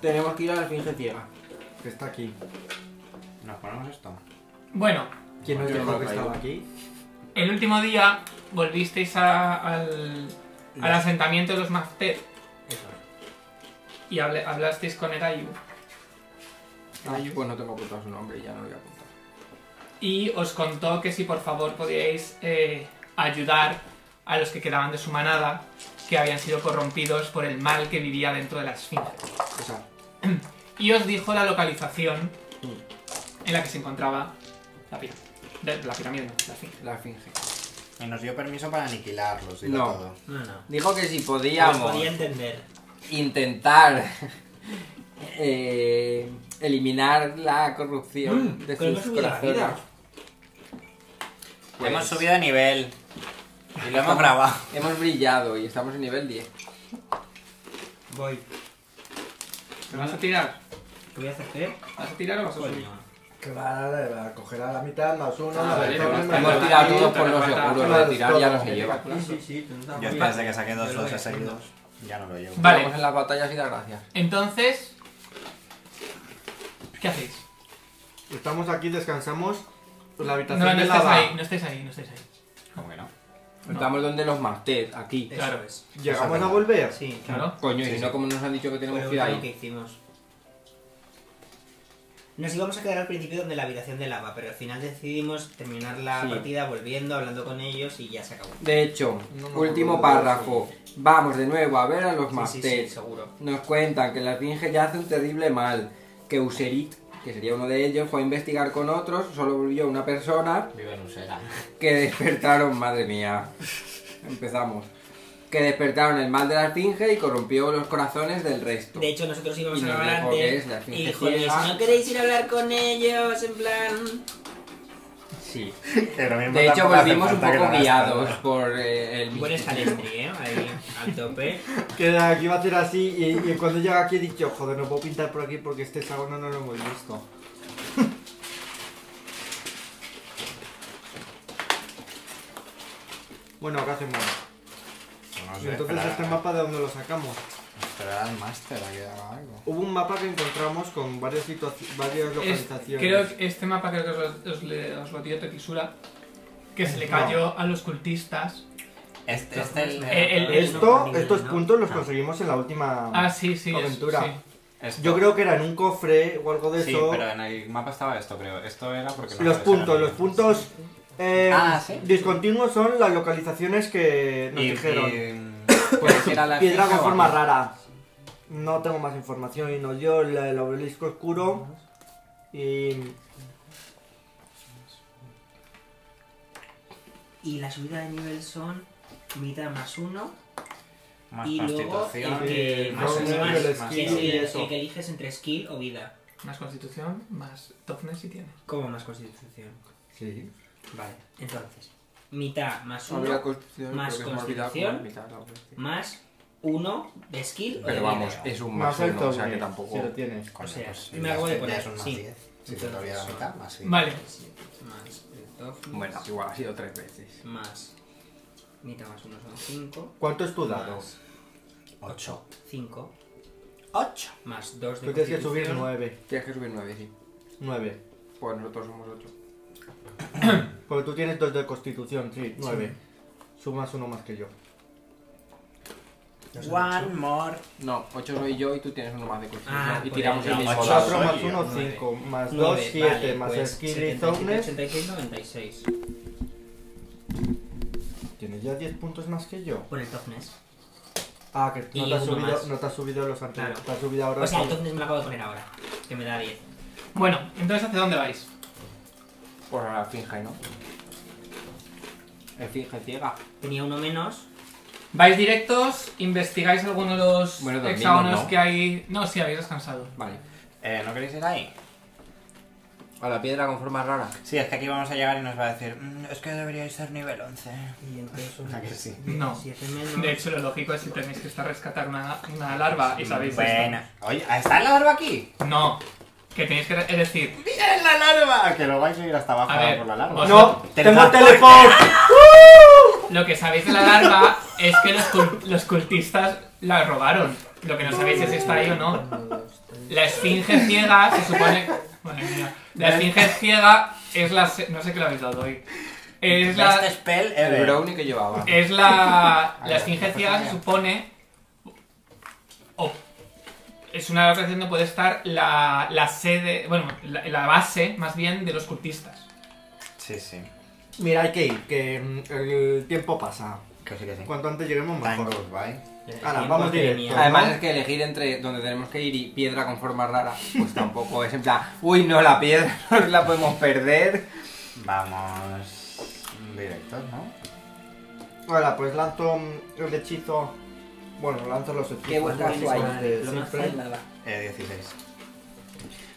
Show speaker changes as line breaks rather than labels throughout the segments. Tenemos que ir a la esfinge ciega.
Que está aquí. Nos ponemos esto.
Bueno,
¿Quién nos
Yo no
dijo
lo
que
traigo.
estaba aquí?
el último día volvisteis a- al, al asentamiento de los Maftet
Eso es.
y hable- hablasteis con Erayu
Ah, pues no tengo apuntado su nombre y ya no lo voy a apuntar.
y os contó que si por favor podíais eh, ayudar a los que quedaban de su manada que habían sido corrompidos por el mal que vivía dentro de la esfinge.
O sea,
y os dijo la localización
Mm,
en la que se encontraba la pirámide. La pirámide, no, la esfinge.
la esfinge.
Y nos dio permiso para aniquilarlos, digo
No.
todo.
No, no.
Dijo que si
Lo
podíamos
podía entender.
intentar eh, eliminar la corrupción
Mm,
de
pero hemos
sus
subido la
corazones.
vida.
Pues,
Hemos subido de nivel. Y lo hemos grabado.
Hemos brillado y estamos en nivel 10.
Voy.
¿Lo vas a tirar?
¿Qué voy a hacer qué?
¿Vas a tirar o vas a subir?
Coño.
Que va a, va a coger a la mitad, más uno,
Ah,
más
vale,
dos,
vale,
más
vale.
Hemos
tres.
tirado todo
todos
por lo seguro, lo de tirar ya no se lleva.
Sí, sí, sí. tú no te
Yo
aburres.
desde que saqué dos
Yo lo voy
los
haciendo.
seguidos. Ya no lo llevo.
Vale.
Vamos en las batallas y las gracias.
Entonces, ¿qué hacéis?
Estamos aquí, descansamos. pues La
No,
habitación
no
de
estáis
lava.
ahí, no estáis ahí, no estáis ahí.
¿Cómo que no?
Estamos donde los Martet, aquí.
Eso
Claro.
es.
¿Llegamos
Exacto.
a volver?
Sí,
Claro.
Coño, y
Sí,
si
sí.
no, como nos han dicho que
Fue
tenemos
lo
que ir
último que
ahí.
hicimos. Nos íbamos a quedar al principio donde la habitación de lava, pero al final decidimos terminar la
Sí.
partida volviendo, hablando con ellos y ya se acabó.
De hecho,
No me
último
acuerdo de eso.
párrafo. Vamos de nuevo a ver a los
Sí, sí, sí,
Martet.
seguro.
Nos cuentan que la esfinge ya hace un terrible mal, que Userit, que sería uno de ellos, fue a investigar con otros, solo volvió una persona
Vive en Usera.
que despertaron, madre mía. Empezamos. Que despertaron el mal de la esfinge y corrompió los corazones del resto.
De hecho, nosotros íbamos
Y
a
nos
grabar
dijo que es la
antes. Y
esfinge
dijo, "Oye,
ciega".
si no queréis ir a hablar con ellos, en plan.
Sí.
Pero mismo
De hecho,
tampoco hace
volvimos un
falta
poco
que lo hagas
guiados
tanto.
por eh, el
Buen
misticismo.
escalestri, ¿eh? Ahí, al tope.
Que de aquí va a ser así. Y, y cuando llega aquí he dicho, joder, no puedo pintar por aquí porque este hexágono no lo hemos visto. bueno, ¿qué hacemos?
No
Y
sé,
entonces,
esperar-
¿este mapa de dónde lo sacamos?
Esperar al máster a que haga algo.
Hubo un mapa que encontramos con varias, situaci- varias
Es-
localizaciones.
creo que este mapa creo que os lo, os le- os lo dio Tequisura, que se le cayó a los cultistas.
Este, este el,
El- el-
Esto, estos
¿no?
puntos los
Ah.
conseguimos en la última...
Ah, sí, sí. es-
Aventura.
sí.
esto-
Yo creo que era en un cofre o algo de
Sí,
eso.
pero en el mapa estaba esto, creo. Esto era porque no
Los
sabes
puntos,
ahora
los
mismo.
puntos eh,
Ah, ¿sí?
discontinuos son las localizaciones que nos
Y-
dijeron.
y- pues era la
Piedra
fija
con
o
forma
algo.
rara. No tengo más información y nos dio el, el obelisco oscuro y
Y la subida de nivel son mitad más uno.
Más
y luego el
constitución.
que,
y
más,
Ah, más
luego
más-
el
Ah,
más-
skill
el-
y
el
eso.
que eliges entre skill o vida.
Más constitución, más toughness si tienes.
Como más constitución.
Sí.
Vale, entonces. Mitad más
Sobre la
uno.
constitución,
Más
creo que hemos olvidado
constitución.
cómo olvidar la constitución. Mm.
Más uno de skill o de
Pero vamos,
vida.
es un
más
Eh, más,
el
uno, o sea
doble,
que tampoco...
Si lo tienes.
Coño,
sea,
pues,
me
mira,
acabo de
ya
poner,
es un más
sí.
10. Si te
Entonces,
lo hubiera la mitad, más sí.
Vale,
Más el toughness,
Bueno, igual ha sido tres veces.
Más. Mitad más uno son cinco.
¿Cuánto es tu dado?
8.
5
8.
más 2 de
Tú tienes que subir
constitución.
9.
Tienes que subir nueve, sí.
9.
Pues nosotros somos ocho.
Porque tú tienes 2 de constitución, sí, 9. Sumas uno más que yo.
One more.
No, ocho soy yo y tú tienes uno más de constitución.
Ah,
y
pues
tiramos el
ya,
mismo
ocho.
dado.
4 más
yo.
1,
Nueve.
5. Más 2,
Nueve,
7.
vale,
más
pues
skill y
77,
toughness.
86, 96.
Tienes ya 10 puntos más que yo.
Por el toughness.
Ah, que no
Y
te, has
uno
subido,
más.
no te has subido los anteriores.
Claro.
Te has subido ahora.
O sea, el
con-
toughness me lo acabo de poner ahora. Que me da 10.
bueno, entonces ¿hacia dónde vais?
Pues a la finge, ¿no? Esfinge ciega.
Tenía uno menos.
¿Vais directos? ¿Investigáis alguno de los
Bueno, dormimos,
hexágonos
¿no?
que hay? No, sí, habéis descansado.
Vale.
Eh, ¿No queréis ir ahí?
A la piedra con forma rara.
Sí, es que aquí vamos a llegar y nos va a decir, "Mm, es que deberíais ser nivel 11.
Y entonces
¿A que sí?
No.
7 menos.
De hecho, lo lógico es si tenéis que estar a rescatar una, una larva y sabéis esto.
Bueno. Oye, ¿está la larva aquí?
No, que tenéis que... Es decir,
¡Miren la larva! Que lo vais a ir hasta abajo
A ver,
por la larva.
os-
¡No!
Teletransporte.
¡Tengo teleport!
Lo que sabéis de la larva es que los, cul- los cultistas la robaron. Lo que no sabéis es si está ahí o no. La esfinge ciega se supone. Madre mía. La esfinge ciega es la. se- No sé qué lo habéis dado hoy. Es la.
Best Este spell
El
ever.
brownie Eh, que llevaba.
Es la.
Ahí
La
va,
esfinge
perfecto,
ciega se
ya.
supone. o- es una locación donde puede estar la, la sede. Bueno, la, la base, más bien, de los cultistas.
Sí, sí.
Mira, hay que ir, que mm, el tiempo pasa.
Casi que sí.
Cuanto antes lleguemos,
Time
mejor.
goes by.
Eh,
Ahora, vamos directo.
Además
¿no?
es que elegir entre donde tenemos que ir y piedra con forma rara, pues tampoco es en plan, uy no, la piedra nos la podemos perder.
Vamos directos, ¿no?
Ahora, pues lanzo mm, el hechizo. Bueno, lanzo los hechizos.
Qué buen
¿no?
caso hay.
Este,
Lo más
siempre.
nada.
Eh, 16.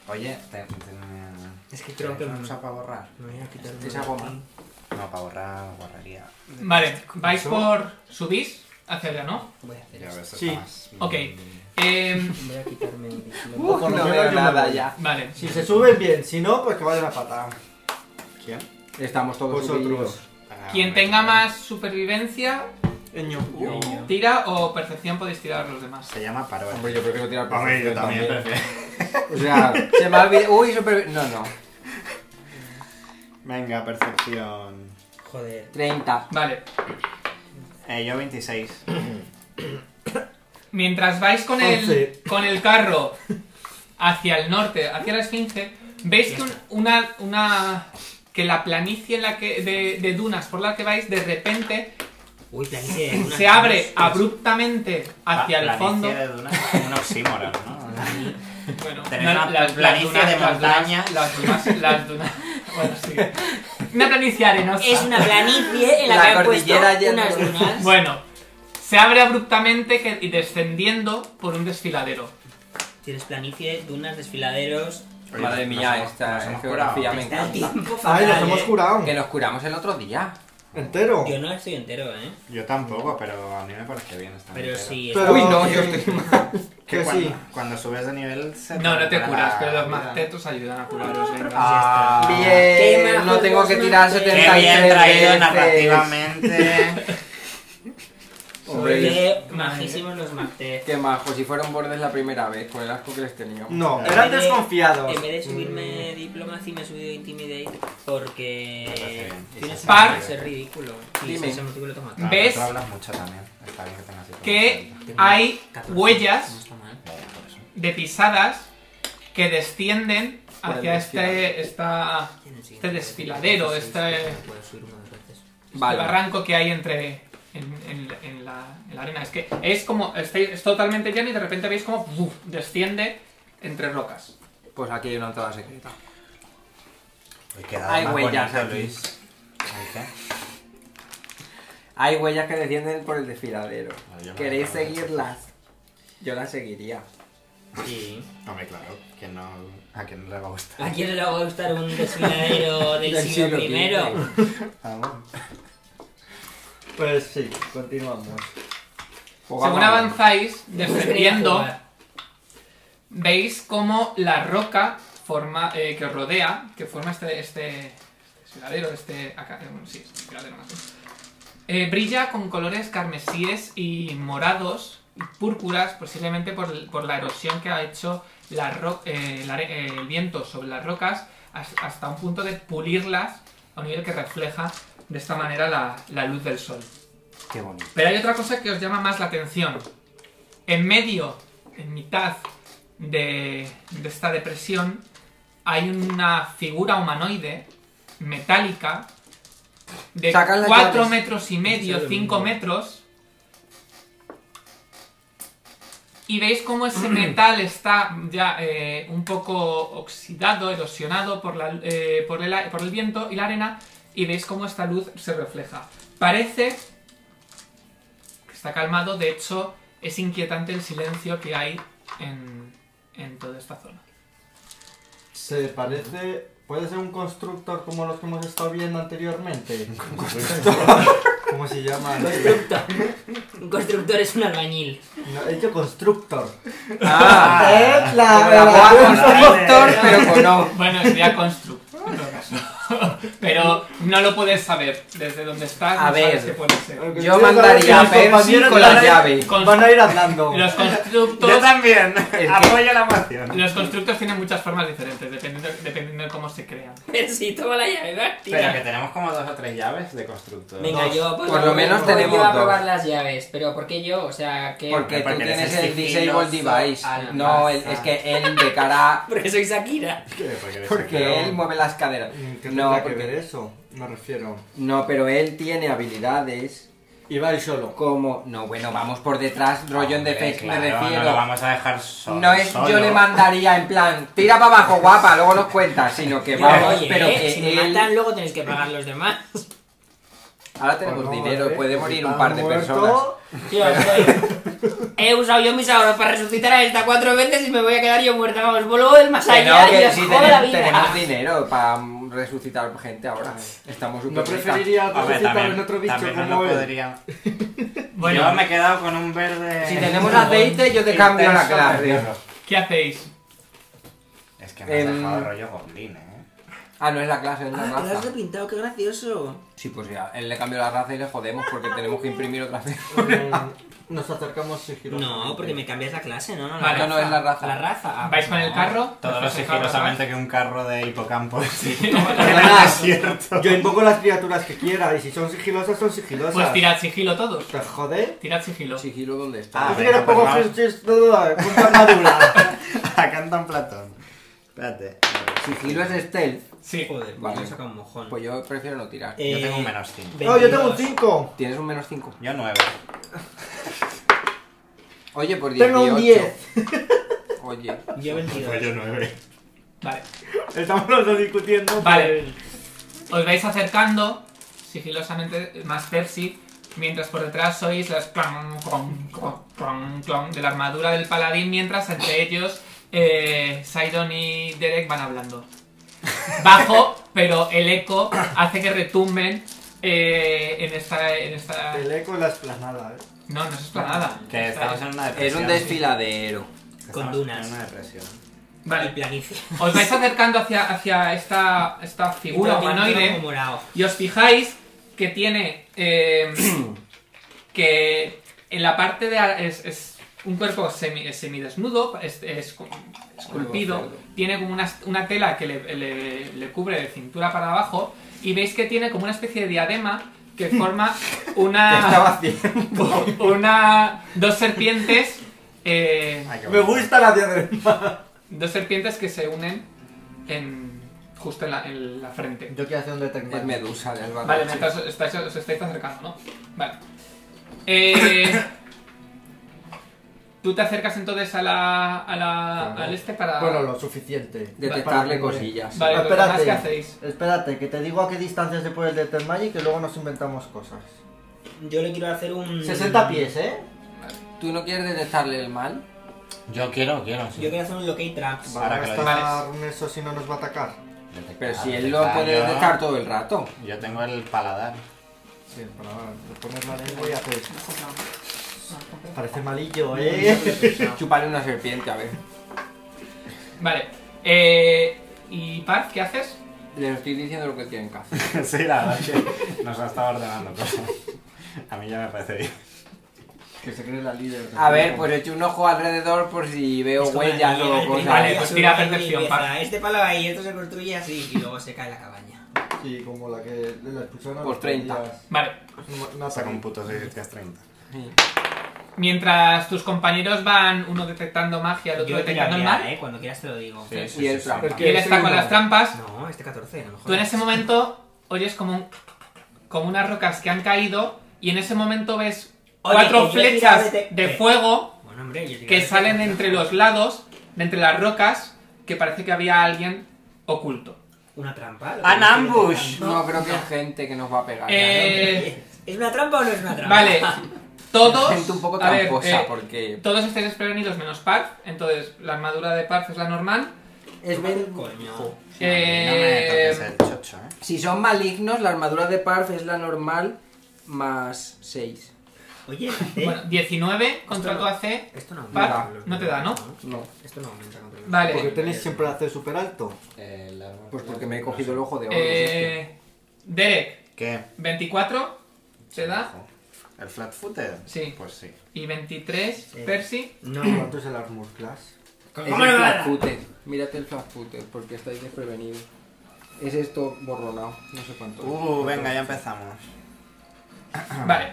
Oye, te, te-
Es que creo que
no
no.
Mm.
usa para borrar.
Me voy a quitar
Este Es agua,
No, para borrar, borraría.
Vale, vais por. subís hacia allá, ¿no?
Voy a hacer
Ya
esto.
ves,
Sí.
está más.
Ok.
mm,
Em,
Voy a quitarme el
Uf, no
Por lo menos
veo
yo me
nada
voy.
ya.
vale.
Si se suben bien, si no, pues que vayan a patada.
¿Quién?
Estamos todos
Vosotros.
subidos.
Ah,
Quien
hombre,
tenga
claro.
más supervivencia,
Ño.
Yo-
tira o percepción podéis tirar los demás.
Se llama paro.
Hombre, yo prefiero tirar por
Hombre, yo
fuera
también prefiero.
O sea, se me ha olvidado. Uy, super. No, no.
Venga, percepción.
Joder.
30.
Vale.
Eh, yo 26.
Mientras vais con el,
Once.
con el carro hacia el norte, hacia la esfinge, veis que un- una, una que la planicie en la que, de, de dunas por la que vais de repente
Uy, planicie. unas
se abre
cosas.
abruptamente hacia
Ah,
el
planicie
fondo.
de dunas es como un oxímoron, ¿no?
Bueno,
Tenéis una
las- las
planicie
dunas-
de
las
montaña.
dunas- Las dunas, las dunas. Bueno, sí. Una planicie arenosa.
Es una planicie en la,
La
que han puesto
cordillera llena
unas
de-
dunas.
Bueno, se abre abruptamente que- y descendiendo por un desfiladero.
Tienes planicie, dunas, desfiladeros.
Oye,
Madre
nos
mía,
hemos- nos
esta
hemos
geografía
curado.
me
Está el
encanta.
tiempo
Ay,
fatal.
nos hemos
¿eh?
curado.
Que nos curamos el otro día.
Entero.
Yo no estoy entero, ¿eh?
Ah,
Yo tampoco, pero a mí me parece bien esta
Pero
mentira.
sí.
Pero-
Uy, no,
que-
yo estoy
Que
Que
cuando,
sí.
cuando subes de nivel se
No, no te
recupera
curas,
la
pero los
vida.
macetos ayudan a curaros. ¿eh? venga.
Ah,
Bien, no tengo que tirar
Qué
Qué
73
bien traído
veces.
narrativamente.
Hombre,
Qué majísimos los martes.
qué majo. Si fueron bordes la primera vez, con el asco que les teníamos.
No,
En
vez
eran
de-
desconfiados.
En vez de subirme diplomacy me he subido intimidate porque
Eso sí.
tienes
Eso
Par.
es ridículo. Sí,
Dime.
ese motivo lo tomo acá.
No,
¿Ves?
Tú hablas mucho también. Está bien que tengas así.
Que
como-
hay
14, No
huellas
está mal.
Vaya, por eso.
de pisadas que descienden
Por el
hacia este,
desfiladero.
esta,
Tiene el siguiente. pues,
este desfiladero, este, este
Puedo subir uno o dos veces.
Vale.
barranco que hay entre en, en- en la, en la arena. Es que es como, estáis- es totalmente llano y de repente veis como ¡buf! desciende entre rocas.
Pues aquí hay una entrada secreta.
Uy, quedaba
Hay
más
huellas
bonito,
aquí.
Luis. Ay, ¿qué?
Hay huellas que descienden por el desfiladero.
Vale, yo me
¿Queréis
voy a acabar.
seguirlas? Yo las seguiría.
Sí.
Hombre, claro. Que no, a quien no le va a gustar.
¿A quién le va a gustar un desfiladero del
Del
siglo
siglo
primero?
Pues sí, continuamos.
Pues
Según avanzáis, descendiendo,
jugar.
veis como la roca forma, eh, que os rodea, que forma este, este desfiladero, este, acá, eh, bueno, sí, este desfiladero, más bien, eh, brilla con colores carmesíes y morados, y púrpuras, posiblemente por, el- por la erosión que ha hecho la ro- eh, la are- eh, el viento sobre las rocas has- hasta un punto de pulirlas a un nivel que refleja de esta manera la- la luz del sol.
Qué bonito.
Pero hay otra cosa que os llama más la atención. En medio, en mitad de, de esta depresión, hay una figura humanoide, metálica, de
Sacan las
4
llaves.
metros y medio,
Es el
5
mismo.
metros. Y veis cómo ese metal está ya eh, un poco oxidado, erosionado por, la, eh, por, el, a- por el viento y la arena. Y veis cómo esta luz se refleja. Parece que está calmado. De hecho, es inquietante el silencio que hay en, en toda esta zona.
Se parece. ¿Puede ser un constructor como los que hemos estado viendo anteriormente? ¿Cómo se llama?
Un constructor es un albañil.
No, he dicho constructor.
Ah,
Es la.
como la boa
la- ah,
constructor, pero con O.
Bueno, sería constructor. en todo caso. Pero No lo puedes saber. Desde donde estás,
A
no sabes
ver.
qué puede ser.
Yo mandaría a Percy con la llave.
Con-
Van a ir andando.
Los
Yo
constructos.
también.
que-
Apoyo la moción.
Los constructos tienen muchas formas diferentes, dependiendo, dependiendo de cómo se crean.
Pero sí, toma la llave, va, tira.
Pero que tenemos como dos o tres llaves de constructor.
Venga,
Dos.
pues,
yo
Por lo menos
voy
tenemos
yo a
dos.
probar las llaves, pero ¿por qué yo? O sea, que
Porque tú
Porque eres
tienes el
sigiloso
disabled device. Ah,
al
No, él-
pasar.
es que él de cara.
porque soy Shakira.
Porque él mueve las caderas.
Mm, ¿Qué
No,
tendrá que ver
porque-
eso? Me refiero.
no, pero él tiene habilidades
Y va él solo.
como. No, bueno, vamos por detrás, rollo en
Hombre,
defense,
claro,
me refiero.
No lo vamos a dejar solo.
No es yo
solo.
le mandaría en plan, tira para abajo, guapa, luego nos cuentas, sino que vamos,
Oye,
pero
eh,
que
si me
él...
matan luego tenéis que pagar los demás.
Ahora tenemos
Pues no,
dinero,
¿eh?
puede
Si
morir
está
un par de
muerto,
personas.
Tío, estoy- He usado yo mis ahorros para resucitar a esta cuatro veces y me voy a quedar yo muerta. Vamos, vuelvo del más
Que no,
allá y
que
os
sí
jodo la
tenemos,
vida. Ah.
tenemos
Ah.
dinero para resucitar gente ahora. Estamos
No
súper
preferiría
Hombre,
resucitar en
también,
otro bicho
también no
como
lo
él.
podría.
Bueno,
Yo me he quedado con un verde.
Si tenemos aceite, yo te cambio la
intenso
clave.
nervioso.
¿qué hacéis?
Es que me has
Em,
dejado rollo goblin, eh.
Ah, no es la clase, es la
Ah, te lo has
raza.
repintado, qué gracioso.
Sí, pues ya, él le cambió la raza y le jodemos porque
Ah.
tenemos que imprimir otra vez.
Mm, Nos acercamos sigilosamente.
No, porque me cambias la clase, ¿no? La
Vale.
Ah, No, no, es la raza.
La raza. Ah,
¿Vais con
no.
el carro?
pues Todos los
¿Vais con el carro,
sigilosamente que un carro de hipocampo. Sí.
Además,
Cierto.
Yo invoco las criaturas que quiera y si son sigilosas, son sigilosas.
Pues tirad sigilo todos.
¿Te jode?
Tirad sigilo.
Sigilo, ¿dónde
Ah,
está?
Es que
venga,
eres poco
pues vamos.
fiestis- con armadura.
Acá en Platón. Espérate.
Sigilo es stealth.
Sí.
Joder, pues
Vale.
me he sacado un mojón.
Pues yo prefiero no tirar.
Eh,
tengo un menos cinco.
Oh,
No, yo tengo un
22.
5.
Tienes un menos 5.
Yo nueve.
Oye, por 18.
Tengo un 10.
Oye.
Yo
Pues
22.
nueve.
Vale.
Estamos los dos discutiendo.
Vale. Os vais acercando sigilosamente más Percy, mientras por detrás sois las clon, clon, clon, clon, clon de la armadura del paladín, mientras entre ellos eh, Sidon y Derek van hablando. Bajo, pero el eco hace que retumben eh, en esta... En esta...
El eco en la esplanada, eh.
No, no es esplanada.
Que
Está-
estamos en una depresión.
Es un desfiladero.
Estamos
Con dunas.
En una depresión.
Vale,
El planicie.
Os vais acercando hacia, hacia esta, esta figura humanoide
Como morado.
y os fijáis que tiene eh, que en la parte de a- es, es un cuerpo semi, es semidesnudo, es, es como esculpido, tiene como una, una tela que le, le- le cubre de cintura para abajo y veis que tiene como una especie de diadema que forma una una dos serpientes eh,
Ay, qué
Me
bonito.
gusta la diadema.
Dos serpientes que se unen en justo en la, en la frente.
Yo quiero hacer un
Es
detective.
medusa de Alba.
Vale, mientras os estáis, os estáis acercando, ¿no? Vale. Eh, tú te acercas entonces a la, a la,
Claro.
al este para...
Bueno, lo suficiente.
Detectarle
Para-
cosillas.
Vale, lo demás,
Espérate.
¿qué hacéis?
Espérate, que te digo a qué distancia se puede el Detect Magic que luego nos inventamos cosas.
Yo le quiero hacer un.
60 pies, ¿eh?
¿Tú no quieres detectarle el mal?
Yo quiero, quiero.
Yo quiero hacer un locate traps.
Va
Ahora
a
que lo
gastar un eso si no nos va a atacar.
Detectar,
Pero si él lo
detectar,
puede
yo-
detectar todo el rato.
Yo tengo el paladar.
Sí, pero ahora te pones la lengua y haces. Parece malillo, ¿eh?
Chúpale una serpiente, a ver.
Vale. Eh, ¿Y Parf, qué haces?
Les estoy diciendo lo que tienen que hacer.
sí, la verdad es que nos ha estado ordenando cosas. A mí ya me parece bien.
que se cree la líder.
A ver, pues echo un ojo alrededor por si veo
Es como
huellas
el-
o
el
cosas.
primer día
pues
sube
tira
ahí
percepción,
y empieza,
pa.
Este palo ahí, esto se construye así y luego se cae la cabaña.
Sí, como la que de la expulsaron a
Por
los
30.
días.
Vale.
No, no
Saca un
ataque.
puto 6 que es 30.
Mientras tus compañeros van, uno detectando magia, el otro
Yo
detectando el
tiraría,
mal,
eh, cuando quieras te lo digo.
Sí,
Y el trampa.
Es
y
que
él está
soy
con
uno.
las trampas,
No, este 14, a lo mejor.
Tú en ese momento oyes como, un- como unas rocas que han caído y en ese momento ves
Oye,
cuatro
que yo he
flechas
tirado de-
de
de-
fuego
Bueno, hombre, yo
que
tiraría-
salen entre los lados, de entre las rocas, que parece que había alguien oculto.
Una trampa.
¡An
Lo que
ambush!
estoy
No, creo que es gente que nos va a pegar.
Eh,
detectando. ¿Es una trampa o no es una trampa?
vale, todos...
Gente un poco
a ver,
tramposa,
eh,
porque.
Todos estáis desprevenidos menos Parf, entonces la armadura de Parf es la normal.
Es
Ven,
ver-
coño.
Sí, a mí No me toques el chocho, eh.
Si son malignos, la armadura de Parf es la normal más 6.
Oye,
Bueno,
eh,
19 contra
Esto
tu
no-
AC.
esto no
Vale,
aumenta.
no te da, ¿no?
No.
Esto no aumenta contra los-
Vale.
Porque tenéis siempre hace súper alto.
El árbol-
Pues porque me he cogido el ojo de oro.
Eh, Derek,
¿Qué?
24. ¿Te da?
¿El flat footed?
Sí.
Pues sí.
Y 23, Percy.
No,
¿Cuánto es el armor class?
Es
¿Cómo no
el
me va a
flat
dar?
footed. Mírate el flat footed, porque estáis desprevenidos. Es esto borronado, no sé cuánto.
Uh, venga, ya empezamos.
Vale.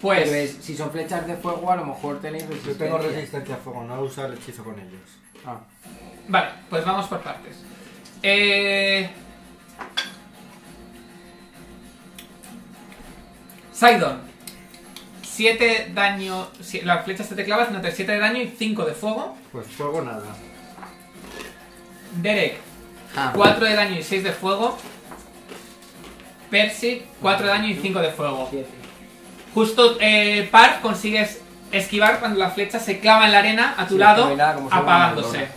Pero
Pues.
es- si son flechas de fuego, a lo mejor tenéis
Yo
resistencia.
tengo resistencia a fuego, no voy a usar el hechizo con ellos.
Ah,
Vale, pues vamos por partes. Eh. Sidon. 7 daño. si- Las flechas que te clavas, notas 7 de daño y 5 de fuego.
Pues fuego nada.
Derek,
Ah.
4 de daño y 6 de fuego. Percy, 4 de daño y 5 de fuego.
siete.
Justo eh, Parf consigues esquivar cuando la flecha se clava en la arena a tu
Sí,
lado,
no hay nada como ser una
apagándose.
Madonna.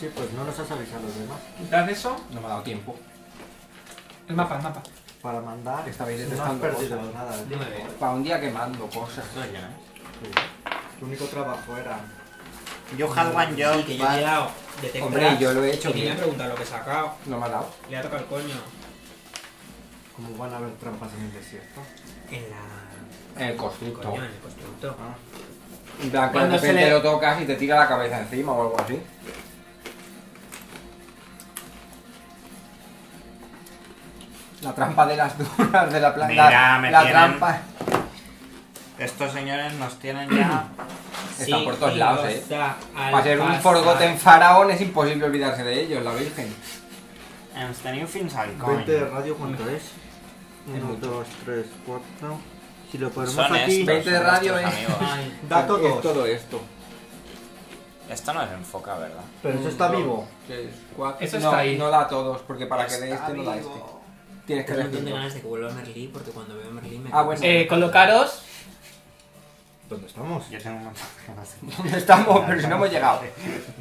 Sí, pues no nos has avisado los demás.
Quitad eso.
No me ha dado tiempo.
El mapa, el mapa.
Para mandar.
Estabais
no has
detectando
perdido
cosas.
nada. de
Nueve.
tiempo.
Para un día quemando cosas.
¿Esto de quién es?
Sí. Tu único trabajo era.
You had one job,
Sí, que yo he
but...
llegado. Detecto
Hombre,
la-
yo lo he hecho
Y le he
bien.
preguntado lo que he sacado.
No me ha dado.
Le ha tocado el coño.
Como van a haber trampas en el desierto.
En la.
En el constructo.
Coño, en el constructo.
Ah, En plan, que de
Cuando se
repente
le-
lo tocas y te tira la cabeza encima o algo así. La trampa de las duras de la planta.
Mira, me
la
tienen-
trampa.
Estos señores nos tienen ya...
Está por todos lados, eh.
Para
Para ser un forgoten faraón es imposible olvidarse de ellos, la Virgen.
Ens teniu fins al cony.
20 de radio, ¿cuánto es?
Es
1,
mucho.
2, 3, 4. Si lo ponemos
Son
aquí.
estos,
20 de
son
radio,
nuestros
eh.
amigos.
Da
Es
todos.
todo esto.
Esto no es enfoca, ¿verdad?
Pero eso está
Uno,
vivo.
tres, cuatro-
Eso
no,
está ahí.
No da a todos, porque para que dé
Está
este no da este.
vivo.
Tienes que
Tengo un montón de
elegirlo.
ganas de que vuelva Merlí porque cuando veo a Merlí me.
Ah, bueno.
Eh, colocaros.
¿Dónde estamos?
Yo tengo un montón de ganas de-
¿Dónde estamos? Pero si no hemos llegado.
de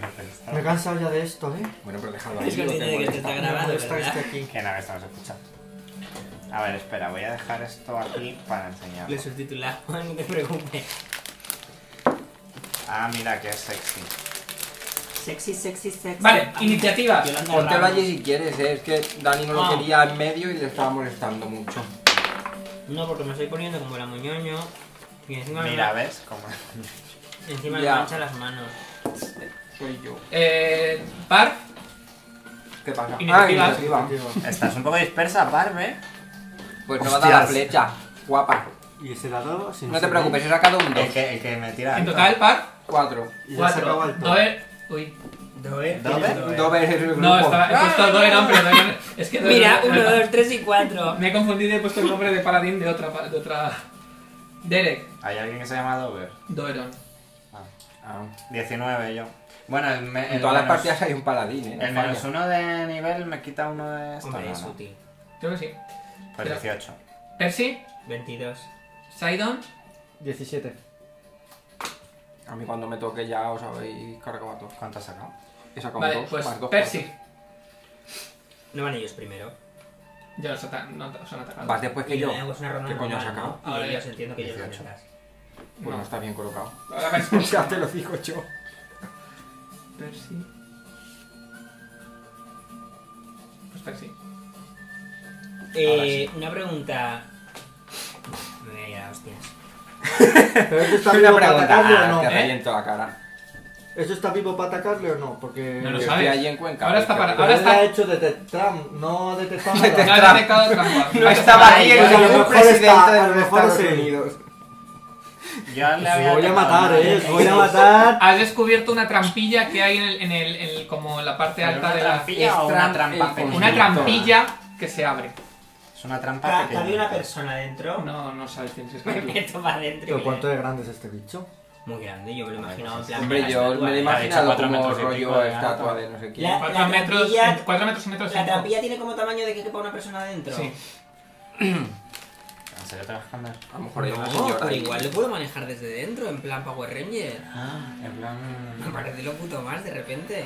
pensar.
Me he cansado ya de esto, ¿eh?
Bueno, pero déjalo ahí.
Es que
lo que
tiene que
molesta.
estar
Me
grabado,
molesta
¿verdad?
este aquí.
Que nada, estamos escuchando. A ver, espera, voy a dejar esto aquí para enseñar.
Le subtitulamos, no te preocupes.
Ah, mira, que es sexy.
Sexy, sexy, sexy.
Vale, iniciativa.
Yolanda
Ah, Póntelo
Ramos.
allí si quieres, eh, es que Dani no lo
Ah.
quería en medio y le estaba molestando mucho.
No, porque me estoy poniendo como la muñoño. Y encima,
Mira,
me,
¿ves? Como...
encima
Ya.
me mancha las manos.
Soy yo.
Eh, Parf,
¿Qué pasa? Ah,
Iniciativa.
iniciativa.
Estás un poco dispersa, Barbe.
Pues no me ha dado la
Hostias.
flecha. Guapa.
Y se la dado sin
No te
ser-
preocupes, he sacado un
El
2.
que, el que me tira.
en total, Parf,
Cuatro.
Y ya se acaba
4.
el todo.
Doer. Uy.
Doe.
¿Dover?
Dover es el grupo.
No, estaba, he puesto Doer, hombre. Doer- es que Doer-
Mira, 1, 2, 3 y 4.
Me he confundido y he puesto el nombre de paladín de otra. pa- De otra... Derek,
Hay alguien que se llama Dover.
Doeron.
Ah,
Ah.
19 yo. Bueno, el, me-
En
el
todas las
menos-
partidas hay un paladín, eh.
El
no
menos
falla.
uno de nivel me quita uno de esto.
Hombre,
no,
es
no.
útil.
Creo que sí.
Pues 18.
Percy,
22.
Sidon,
17.
A mí cuando me toque ya os habéis cargado a todos.
¿Cuánto has sacado?
He sacado un
vale,
dos,
pues
más dos,
Percy.
No van ellos primero.
Ya los ata- no, os han
cuatro.
atacado.
Vas después que
Y
yo.
luego es una ronda
¿Qué coño has
normal,
sacado?
¿no?
Ahora
Y ellos
ya.
entiendo que ellos
18.
detrás.
Bueno, está bien colocado.
Ahora Percy.
Ya te lo digo yo.
Percy. Pues Percy.
Eh, una pregunta. Me voy a ir a hostias.
Pero esto está
Una
vivo para
pregunta,
atacarle o
ah, te
no.
reí en toda la cara.
¿Eso está vivo para atacarle o no? Porque.
No lo
Yo
sabes.
estoy allí en Cuenca. ¿eh?
Ahora está
pero-
para-
Pero él
está-
ha hecho detectram, no ha detectado nada.
No ha detectado trampa.
No estaba
Ay,
aquí el
pues a lo
señor
mejor
presidente
está- a
de
lo
los
mejor
Estados
sí.
Unidos.
Yo le
Os
había
voy a
atacado
matar,
una-
eh. Os voy a matar.
Has descubierto una trampilla que hay en el, en el, en el- como en la parte
¿Pero
alta
una
de la.
trampilla o una
Extra-
trampa
el-
pequeña?
Una trampilla que se abre.
Es una trampa
Ah,
pequeña.
Había una persona dentro.
No, no sabes quién es.
Me meto para adentro. y
Pero
me-
cuánto de grande es este bicho.
Muy grande, yo me lo imaginaba en plan.
Hombre,
la
yo me
estatua,
lo he
¿eh?
imagino. Ha
imaginado
dicho cuatro
como
metros y pico
rollo
de alto.
estatua de no sé quién.
La-
4 metros,
trampilla-
4 metros y metros.
La
cinco.
trampilla tiene como tamaño de que quepa una persona adentro.
Sí.
¿En serio te vas a esconder?
A lo mejor hay una
No,
señora
pero
ahí.
igual lo puedo manejar desde dentro, en plan Power Ranger.
Ah, en
Me
plan...
parece lo puto más de repente.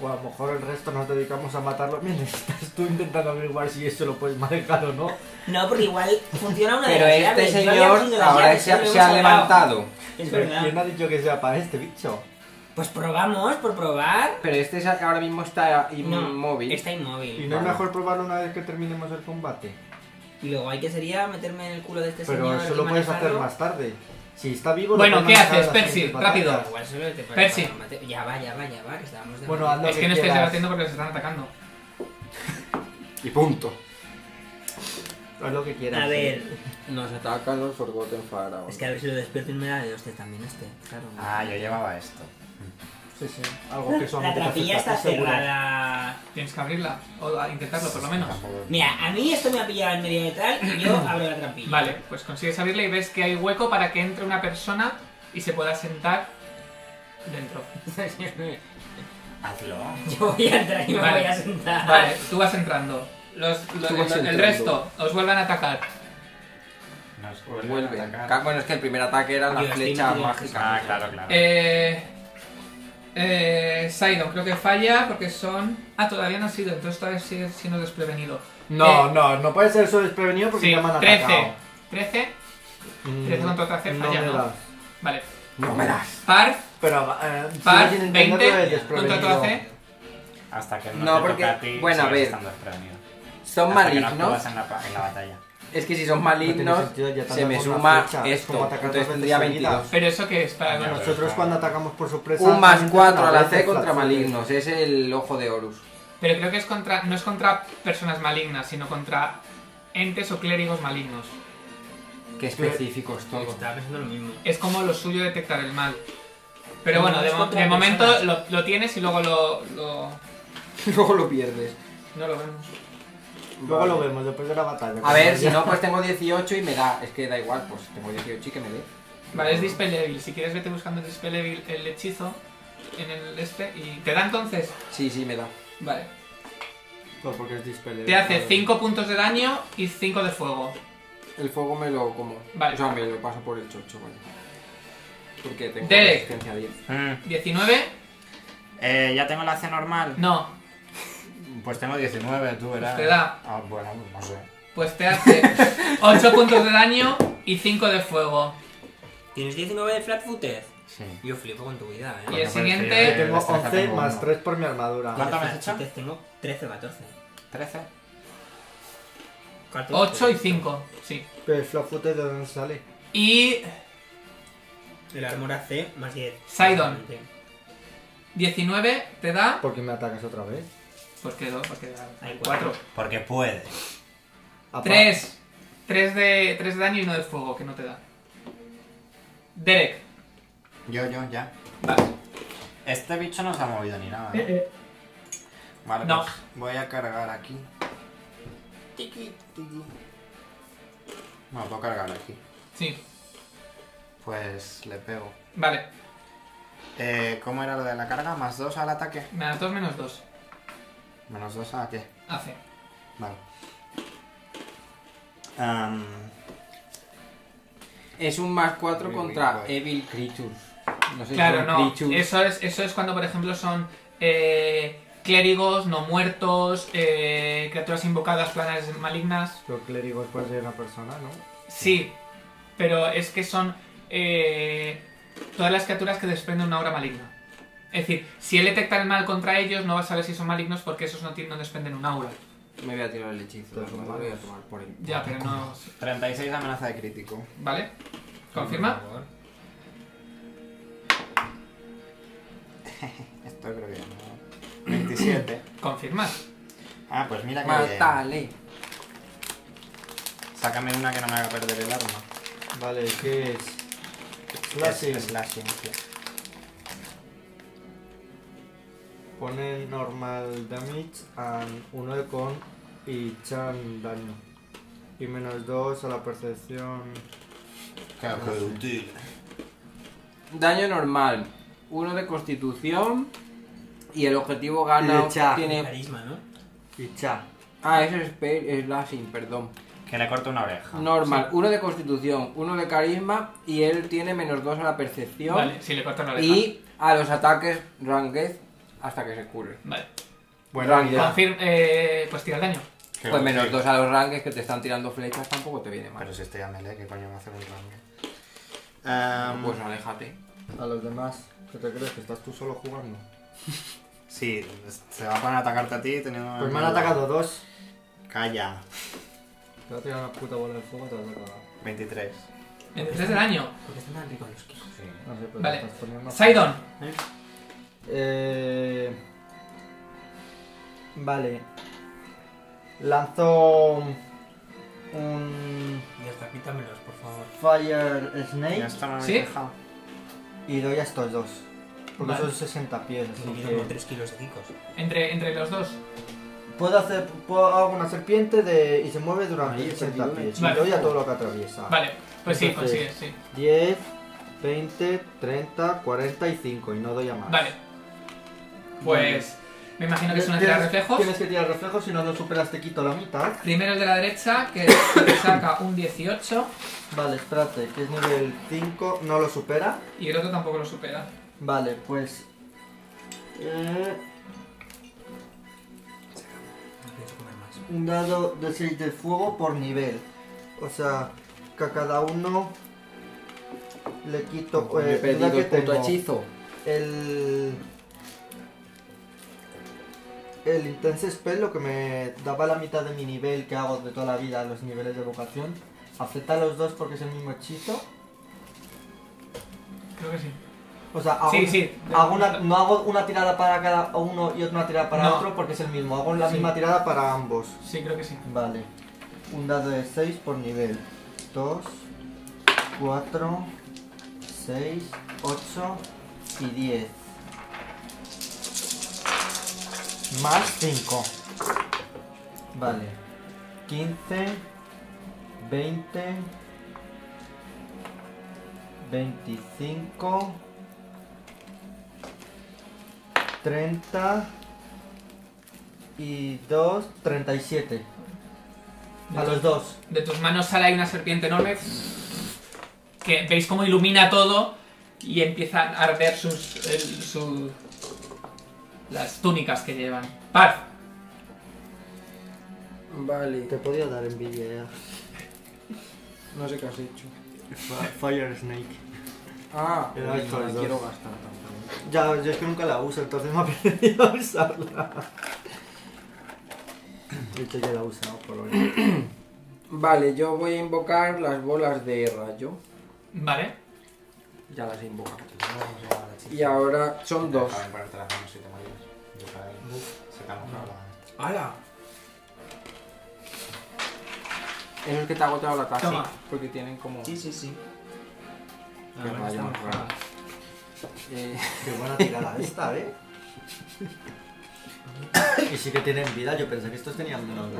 O a lo mejor el resto nos dedicamos a matarlo. Mientras estás tú intentando averiguar si eso lo puedes manejar o no.
No, porque igual funciona una
Pero
de las
este
llaves. Yo había
señor
cogido las
ahora
llaves,
se ha-
lo
se ha
hemos salvado.
levantado.
Es
Pero ¿Quién
verdad.
ha dicho que sea para este bicho?
Pues probamos, por probar.
Pero este es- ahora mismo está inmóvil.
Este-
No, está
¿Y
inmóvil.
no es mejor probarlo una vez que terminemos el combate?
Y luego hay que sería meterme en el culo de este
Pero
señor.
eso
y
lo puedes hacer
manejarlo.
más tarde. Si está vivo, lo
Bueno,
puedes
¿qué
manejar
haces,
a las
Percy?
siguientes
Rápido.
batallas.
Igual solo te
Percy.
para mate- Ya va, ya va, ya va, que estábamos de
Bueno, haz lo
Es que no estáis
quieras.
debatiendo porque los están atacando.
Y punto.
Haz lo que quieras.
A ver,
Nos atacan los Forgotten Pharaoh.
es que a ver si lo despierto y me da de hostia también este, claro.
Ah, yo llevaba esto.
Sí, sí. Algo que
La
solamente te
trapilla
afecta
está
a ti, seguro.
cerrada.
Tienes que abrirla, o a intentarlo por lo menos.
Tampoco-
Mira, a mí esto me ha pillado en medio de tal y yo abro la trampilla.
Vale, pues consigues abrirla y ves que hay hueco para que entre una persona y se pueda sentar dentro.
Hazlo.
Yo voy a entrar y me
Vale.
voy a sentar.
Vale, tú vas entrando. Los, los-
Tú vas
el- el,
entrando.
resto os vuelven a atacar.
Nos
Vuelve.
vuelven a
Ca-
atacar.
Bueno, es que el primer ataque era la
Dios,
flecha
tiene que-
mágica.
Ah, claro, claro.
Eh, eh, Sidon, creo que falla porque son... Ah, todavía no ha sido, entonces todavía sigue siendo desprevenido.
No,
Eh,
no, no puede ser eso desprevenido porque
Sí,
ya me han
13.
atacado.
13,
Mm,
13 contra 13
no
falla,
me
¿no?
das.
Vale.
No me das.
Parf,
Pero, eh,
Par,
sí, sin entenderlo
20,
el desprevenido.
contra 12.
Hasta que no,
no,
te
porque-
toque a ti,
bueno, a
sigues
ver.
estando desprevenido.
Son
Hasta que no actúas
malignos.
en la, pa- en la batalla.
Es que si son
No tiene
malignos,
sentido, ya te
se
han
me
dado una
suma
flecha, es como
esto.
atacar
Entonces
dos
tendría
veces seguidas.
22.
Pero eso que es
Ah,
para...
Vale.
Nosotros cuando atacamos por sorpresa...
Un más
solamente
4 a
una
la
vez
C
es
contra
flaxoide.
malignos. Es el ojo de Horus.
Pero creo que es contra, no es contra personas malignas, sino contra entes o clérigos malignos.
Qué específico es todo.
Estaba pensando lo mismo.
Es como lo suyo detectar el mal. Pero
No,
bueno,
no
de,
es
mo-
contra
de momento
personas.
lo, lo tienes y luego lo, lo-
Luego lo pierdes.
No lo vemos.
Luego lo vemos, después de la batalla.
A ver,
Cuando
si
ya-
no, pues tengo 18 y me da. Es que da igual, pues tengo 18 y que me dé.
Vale, es Dispel Evil. Si quieres, vete buscando el Dispel Evil, el hechizo en el este y te da entonces.
Sí, sí, me da.
Vale.
Pues porque es dispelé.
Te hace 5 puntos de daño y 5 de fuego.
El fuego me lo como.
Vale.
O sea, me lo paso por el chocho, vale. Porque tengo
Derek.
resistencia 10.
Mm.
19.
Eh, ¿Ya tengo la C normal?
No.
Pues tengo 19, tú verás.
Pues te da.
Ah, bueno, pues no sé.
Pues te hace 8 puntos de daño y 5 de fuego.
¿Tienes 19 de flat footed?
Sí.
Yo flipo con tu vida,
Y
eh.
el
Coño, pero es que
siguiente-
yo de
Tengo
destreza
11
tengo
más
uno.
3 por mi armadura.
¿Cuánto me has
Flat
hecho?
footed Tengo 13 o 14.
13.
14.
8 y 5. Sí.
Pero el flafute de dónde sale.
Y
El armora C más 10.
Sidon. 19 te da. pues
¿Por qué me atacas otra vez?
Porque dos, porque da-
Hay
hay 4.
Porque puede.
Apa.
3. 3 de, 3 de daño y 1 de fuego, que no te da. Derek,
Yo, yo, ya.
vas.
Este bicho no se ha movido ni nada. ¿no? Vale,
No.
pues voy a cargar aquí. Tiqui, tiqui. No, puedo cargar aquí.
Sí,
Pues le pego.
vale.
Eh, ¿Cómo era lo de la carga? ¿Más 2 al ataque?
Menos 2, menos 2.
¿Menos 2 a qué?
Hace.
Vale. Am,
Es un más 4
Muy
contra
bien,
Evil Creatures. No sé si
Claro,
Pues son
no.
creatures.
Eso es, eso es cuando, por ejemplo, son eh, clérigos, no muertos, eh, criaturas invocadas, planas malignas.
Los clérigos pueden ser una persona, ¿no?
Sí, pero es que son eh, todas las criaturas que desprenden una aura maligna. Es decir, si él detecta el mal contra ellos, no vas a saber si son malignos porque esos no, tienen- no desprenden un aura.
Me voy a tirar el hechizo.
Pero
Me
son
lo voy a
malos.
tomar por el.
Ya, pero no.
36 de amenaza de crítico.
¿Vale? ¿Confirma?
Esto creo que no. 27.
Confirmas.
Ah, pues mira que
Eh,
bien.
Matale.
Sácame una que no me haga perder el arma.
Vale, ¿qué es?
Slashing.
Slashing.
Slashing, sí.
Pone normal damage and 1 de con y chan daño. Y menos 2 a la percepción.
Daño normal. Uno de constitución. Y el objetivo gana.
Le echa.
Eh.
Tiene...
Carisma, ¿no?
Y cha.
Ah, eso es spell slashing, perdón.
Que le corto una
Ah,
oreja.
Normal. Uno de constitución, uno de carisma. Y él tiene menos 2 a la percepción.
Vale, si le cortas la oreja.
Y a los ataques ranged hasta que se cure.
Vale.
Bueno, ya.
Confir- eh, pues tira el daño.
Qué
Pues menos
útil.
2 a los ranged que te están tirando flechas tampoco te viene mal.
Pero si este estoy a melee, ¿qué coño me hace un rango?
um,
Em, Pues aléjate.
A los demás. ¿Qué te crees? ¿Que estás tú solo jugando?
Sí, se va a atacarte a ti teniendo.
Pues me han atacado dos.
Calla.
Te voy a tirar una puta bola de fuego, te vas a cagar.
23.
23 de daño.
Porque están tan ricos los quesos.
No sé, pero
Vale.
me estás poniendo-
Sidon.
¿eh?
Eh... Vale. Lanzo un
Y hasta quítamelos, por favor.
Fire
Ya
Snake
está, no me
¿Sí?
he quejado.
y doy a estos dos. Porque
Vale.
son 60 pies. así
Tiene
que-
como 3 kilos de chicos.
Entre, entre los dos.
Puedo hacer puedo, hago una serpiente de, y se mueve durante
Ahí,
60
serpiente.
pies.
Vale.
Y doy a todo lo que atraviesa.
Vale, pues sí,
Entonces-
consigues, sí.
10, 20, 30, 45 y no doy a más.
Vale. Pues me imagino que es una de
Tienes-
las reflejos.
Tienes que tirar reflejos, si no lo superas te quito la mitad.
Primero el de la derecha, que saca un 18
Vale, espérate, que es nivel 5, no lo supera.
y el otro tampoco lo supera.
Vale, pues... eh,
No pienso comer más.
un dado de 6 de fuego por nivel. O sea, que a cada uno le quito...
Coño,
eh,
he perdido
la que
el puto
tengo.
hechizo.
El. El Intense Spell, lo que me daba la mitad de mi nivel que hago de toda la vida, los niveles de vocación, afecta a los dos porque es el mismo hechizo.
Creo que sí.
O sea, hago,
Sí, sí.
hago una, no hago una tirada para cada uno y una tirada para
No.
otro porque es el mismo, hago la
Sí.
misma tirada para ambos.
Sí, creo que sí.
Vale, un dado de 6 por nivel: 2, 4, 6, 8 y 10. Más 5. Vale. 15, 20, 25, 30 y 2, 37. A los dos.
De tus manos sale ahí una serpiente enorme que veis cómo ilumina todo y empiezan a arder sus, el- su- las túnicas que llevan. ¡Paz!
Vale,
Te podía dar envidia.
no sé qué has hecho.
Fire Snake.
Ah,
Era
uy,
esto,
no
los
quiero
dos.
gastar tanto.
Ya, yo es que nunca la uso, entonces me apetecía usarla. De hecho, ya la he usado por lo menos.
Vale, yo voy a invocar las bolas de rayo.
Vale.
Ya las he invocado.
Vamos a la chica.
Y ahora son
Te
dos.
acaban de ponerte las manos si te mueres. Yo para ahí. Se te ha mojado la-
¡Hala!
Es el que te ha agotado la taza.
Toma.
Porque tienen como.
Sí, sí, sí.
Qué
Ah,
rayo
está
más
mojada.
raro. Eh,
Qué buena tirada esta, ¿eh? Y sí que tienen vida, yo pensé que estos tenían menos vida.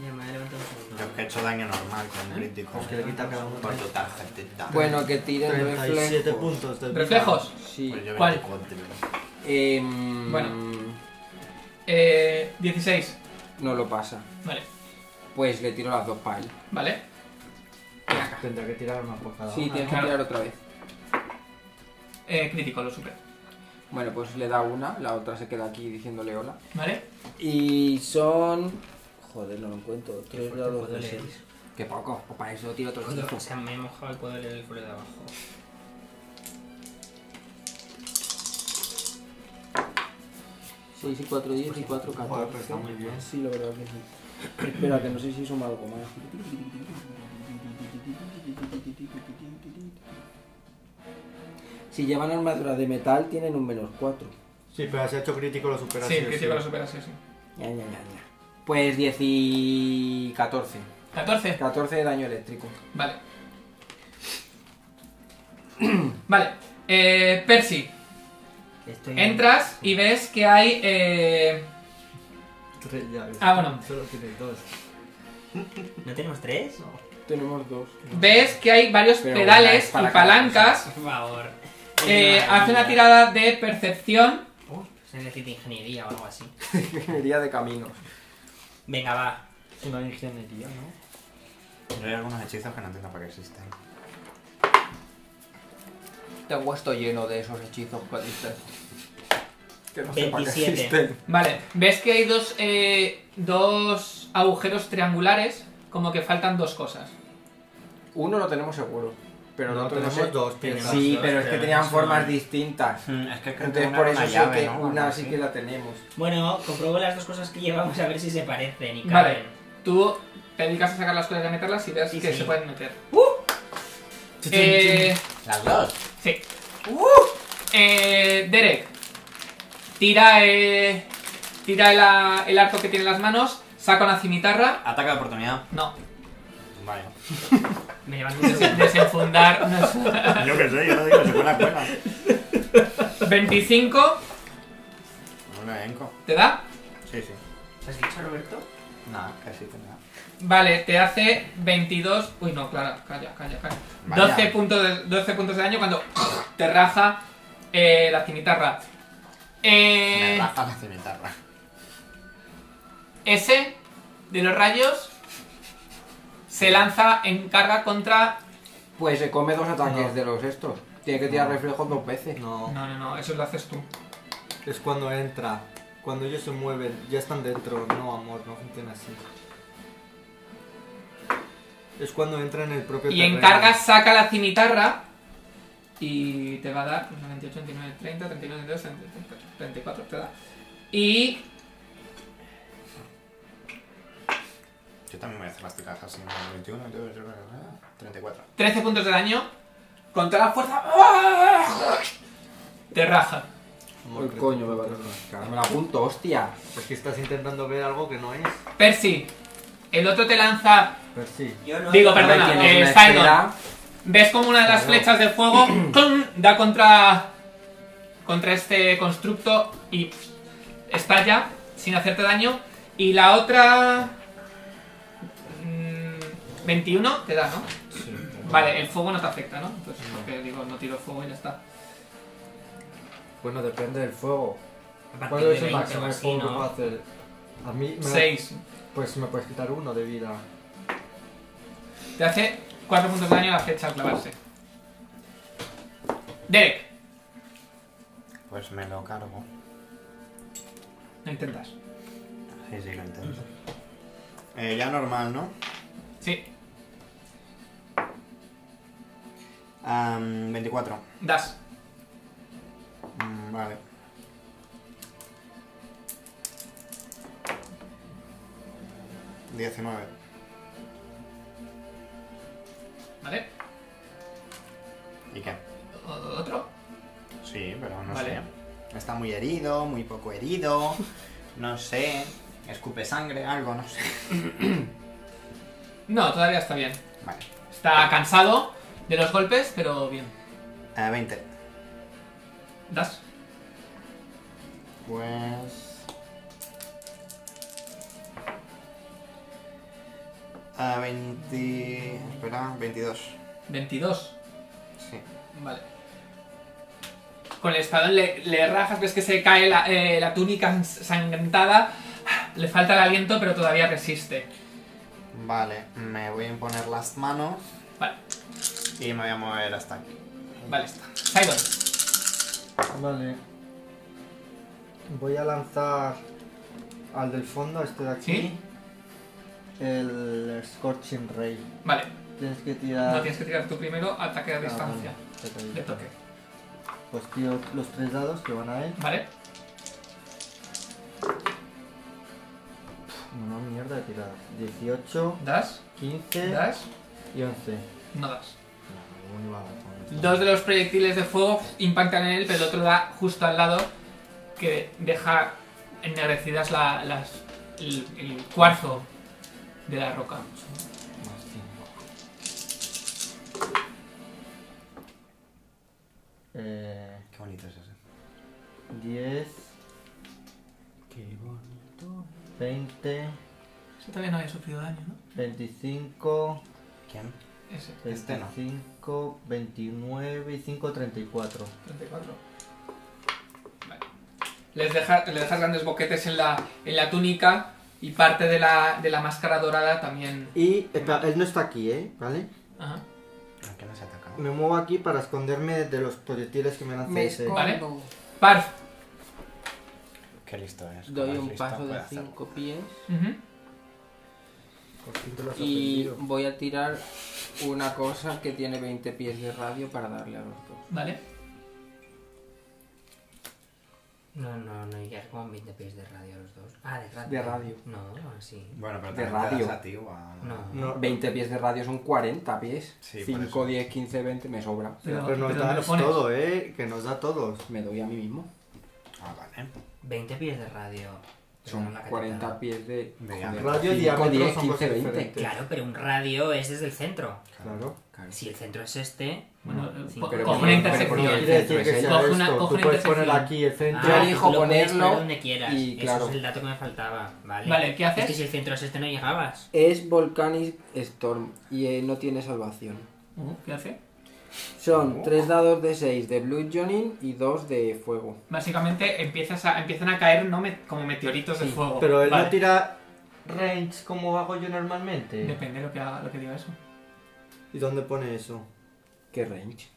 Mira, me he levantado un
Yo
segundo.
que he hecho daño normal con un crítico.
Pues que le quita cada uno
Por tu tarjetita.
bueno, que tiren
37
reflejos.
puntos de vida.
Reflejos.
Sí.
Pues yo
¿Cuál?
24.
Em,
Bueno. Eh, 16.
No lo pasa.
Vale.
Pues le tiro las dos para él.
Vale.
Tendré que tirar una por cada
Sí,
una.
tienes que
claro.
tirar otra vez.
Eh, crítico, lo supera.
Bueno, pues le da una, la otra se queda aquí diciéndole hola.
Vale.
Y son. Joder, no lo encuentro. Tres
fuerte
dados
puedo
de
leer.
seis. Qué poco, o para eso tiro otro
Joder,
hechizo.
O sea, me he mojado el poder del fuero de abajo.
Seis y cuatro, diez y cuatro,
Joder,
catorce.
pero está muy bien.
Sí, la verdad que sí. Espera, que no sé si suma algo más. Si llevan armadura de metal, tienen un menos 4.
Sí, pero si ha hecho crítico lo supera.
Sí,
o
crítico lo supera, sí, sí.
Ya, ya, ya, ya. Pues 10 y 14.
14.
14 de daño eléctrico.
Vale. vale. Eh, Percy,
Estoy
entras y ves que hay. Eh,
Tres llaves.
Ah, bueno.
Solo tiene dos.
¿No tenemos tres?
Tenemos dos.
ves que hay varios
Pero bueno,
pedales
es para
y
cada
palancas.
Por favor.
Eh, haz una tirada de percepción.
Uy, se necesita ingeniería o algo así.
Ingeniería de caminos.
Venga, va.
Es una ingeniería, ¿no?
Yo hay algunos hechizos que no entiendo para qué existen.
Tengo esto lleno de esos hechizos cuadristas. Que no sé para qué
27.
existen.
Vale. Ves que hay dos, eh, dos agujeros triangulares, como que faltan dos cosas.
Uno lo tenemos seguro. pero el
No,
otro no
tenemos
sé.
dos piezas.
Sí,
Dos,
pero es que
pero
tenían
eso-
formas distintas.
Mm, Es que creo que
Entonces
una
por
era
eso
una
sé
llave,
que
¿no?
una
Algo
sí
así.
que la tenemos.
Bueno, compruebo las dos cosas que llevamos a ver si se parecen y
Vale.
caben.
Tú te dedicas a sacar las cosas y a meterlas y ves
Sí,
que
sí.
se pueden meter.
Chuchun,
Eh,
Las dos.
sí. Uh, Eh, Derek, tira, eh, tira el, a- el arco que tiene en las manos, saca una cimitarra.
Ataca de oportunidad.
No,
Vale.
Me levanto un
desen-
segundo.
desenfundar. unas-
Yo qué sé, yo lo digo, se buena cueva.
25,
Una enco.
¿te da?
Sí, sí.
¿Has dicho, Roberto?
Nada, casi te da.
Vale, te hace 22. Uy, no, claro, calla, calla, calla.
Vaya.
12 puntos, de, 12 puntos de daño cuando te raja eh, la cimitarra.
Me
Eh,
raja la cimitarra.
ese de los rayos se lanza en carga contra.
Pues se come dos ataques
No.
de los estos. Tiene que tirar reflejos dos veces.
No,
No, no, no, eso lo haces tú.
es cuando entra. Cuando ellos se mueven, ya están dentro. No, amor, no funciona así. Es cuando entra en el propio
Y
terreno.
en carga saca la cimitarra y te va a dar pues, 98, 29, 30, 31, 32, 33, 34, te da. Y
Yo también voy a hacer las tiradas así. ¿no? 21, 22, 34.
13 puntos de daño. Con toda la fuerza. ¡ah! Te raja.
Amor,
El
crece
coño me
tu
va a
terreno.
tocar. Me la apunto, hostia.
Es que Pues estás intentando ver algo que no es.
Percy. El otro te lanza.
Pero Pues sí.
Yo no.
Digo,
Hombre,
perdona,
tienes
eh,
una
Sidon.
esfera.
Ves como una de las flechas de fuego ¡clum! da contra. contra este constructo y pff, estalla sin hacerte daño. Y la otra. mm, 21 te da, ¿no? Vale, el fuego no te afecta, ¿no? Entonces, porque digo, no tiro fuego y ya está.
Bueno, depende del fuego.
A partir
¿Cuándo
de
es el
20 o
máximo de
así,
fuego que puedo
¿no?
hacer? A mí me...
6.
Pues me puedes quitar uno de vida.
Te hace 4 puntos de daño la flecha al clavarse. Derek,
Pues me lo cargo.
no intentas.
Sí, sí, lo intento. Eh, ya normal, ¿no?
Sí,
Am, 24.
das.
Mm, vale. Diecinueve.
¿Vale?
¿Y qué?
O- ¿Otro?
Sí, pero no
Vale.
sé. Está muy herido, muy poco herido. No sé. Escupe sangre, algo, no sé.
No, todavía está bien.
Vale.
Está cansado de los golpes, pero bien.
Eh, 20.
Das.
Pues. A 20. Eh, Espera, 22.
22.
Sí.
Vale. Con el espadón le, le rajas, ves que se cae la, eh, la túnica ensangrentada. Le falta el aliento, pero todavía resiste.
Vale, me voy a imponer las manos
Vale,
y me voy a mover hasta aquí.
vale, está. Sidon,
Vale. Voy a lanzar al del fondo, este de aquí.
¿sí?
El Scorching Ray.
Vale.
Tienes que
No
tirar.
tienes que tirar tú primero, ataque a
Ah,
distancia.
vale, te caí.
De toque.
Pues tiro los tres dados que van a él.
Vale.
Una mierda de tirar. 18,
Das,
15
das,
y 11.
no das.
No, uno iba a dar con esto.
Dos de los proyectiles de fuego impactan en él, pero el otro da justo al lado, que deja ennegrecidas la- las, el, el cuarzo de la roca.
Más cinco. Eh,
Qué bonito es ese.
10, 20,
Ese todavía no había sufrido daño, ¿no?
25,
¿Quién?
Ese,
Este no.
25, 29 y 5, 34.
34. Vale. Les deja- le dejas grandes boquetes en la, en la túnica y parte de la, de la máscara dorada también.
Y espera, él no está aquí, ¿eh? ¿Vale?
Ajá.
¿A quién has
Mm.
atacado?
Me muevo aquí para esconderme de los proyectiles que me eh. lanza
Me
ese.
escondo.
Vale. Parf.
Qué listo es.
Doy
más
un
listo
paso
puede
de
hacer.
cinco pies.
Ujú.
Por fin te lo has
Y
aprendido.
voy a tirar una cosa que tiene 20 pies de radio para darle a los dos.
¿Vale?
No, no, no, ya con 20 pies de radio los dos. Ah, de radio.
De radio.
No, así.
Bueno, pero
De
también te
radio.
das a ti o a-
No.
No,
20 pies de radio son 40 pies.
Sí, por
5,
eso.
10, 15, 20, me sobra.
pero,
¿pero
nos
dónde lo
das
pones?
todo, ¿eh? Que nos da todos.
Me doy a mí mismo.
Ah, vale.
20 pies de radio. Pero no
Son
la que
40 pies de...
De
joder,
radio,
cinco,
diámetro,
diez,
son cosas
15, 20.
diferentes.
te- Claro, pero un radio es desde el centro.
Claro.
Claro.
Si el centro es este.
Bueno, eh,
Sí,
po-
pero
coge
porque-
una
pero porque
intersección.
el
Quiere decir que
centro es
sea
¿eh? Coge
esto.
una- coge
Tú
una
puedes poner
intersección.
aquí el centro.
Ah, elijo
tú lo puedes
ponerlo
poner donde quieras.
y claro.
Eso es el dato que me faltaba. Vale.
Vale, ¿qué haces?
Es que si el centro es este no llegabas.
Es Volcanic Storm y eh, no tiene salvación.
Uh, ¿Qué hace?
Son
Oh.
3 dados de 6 de Blue Jonin y 2 de fuego.
Básicamente empiezas a- empiezan a caer no me- como meteoritos de
Sí,
fuego.
Pero él
Vale.
no tira range como hago yo normalmente.
Depende de lo que, haga, lo que diga eso.
¿Y dónde pone eso?
¿Qué range?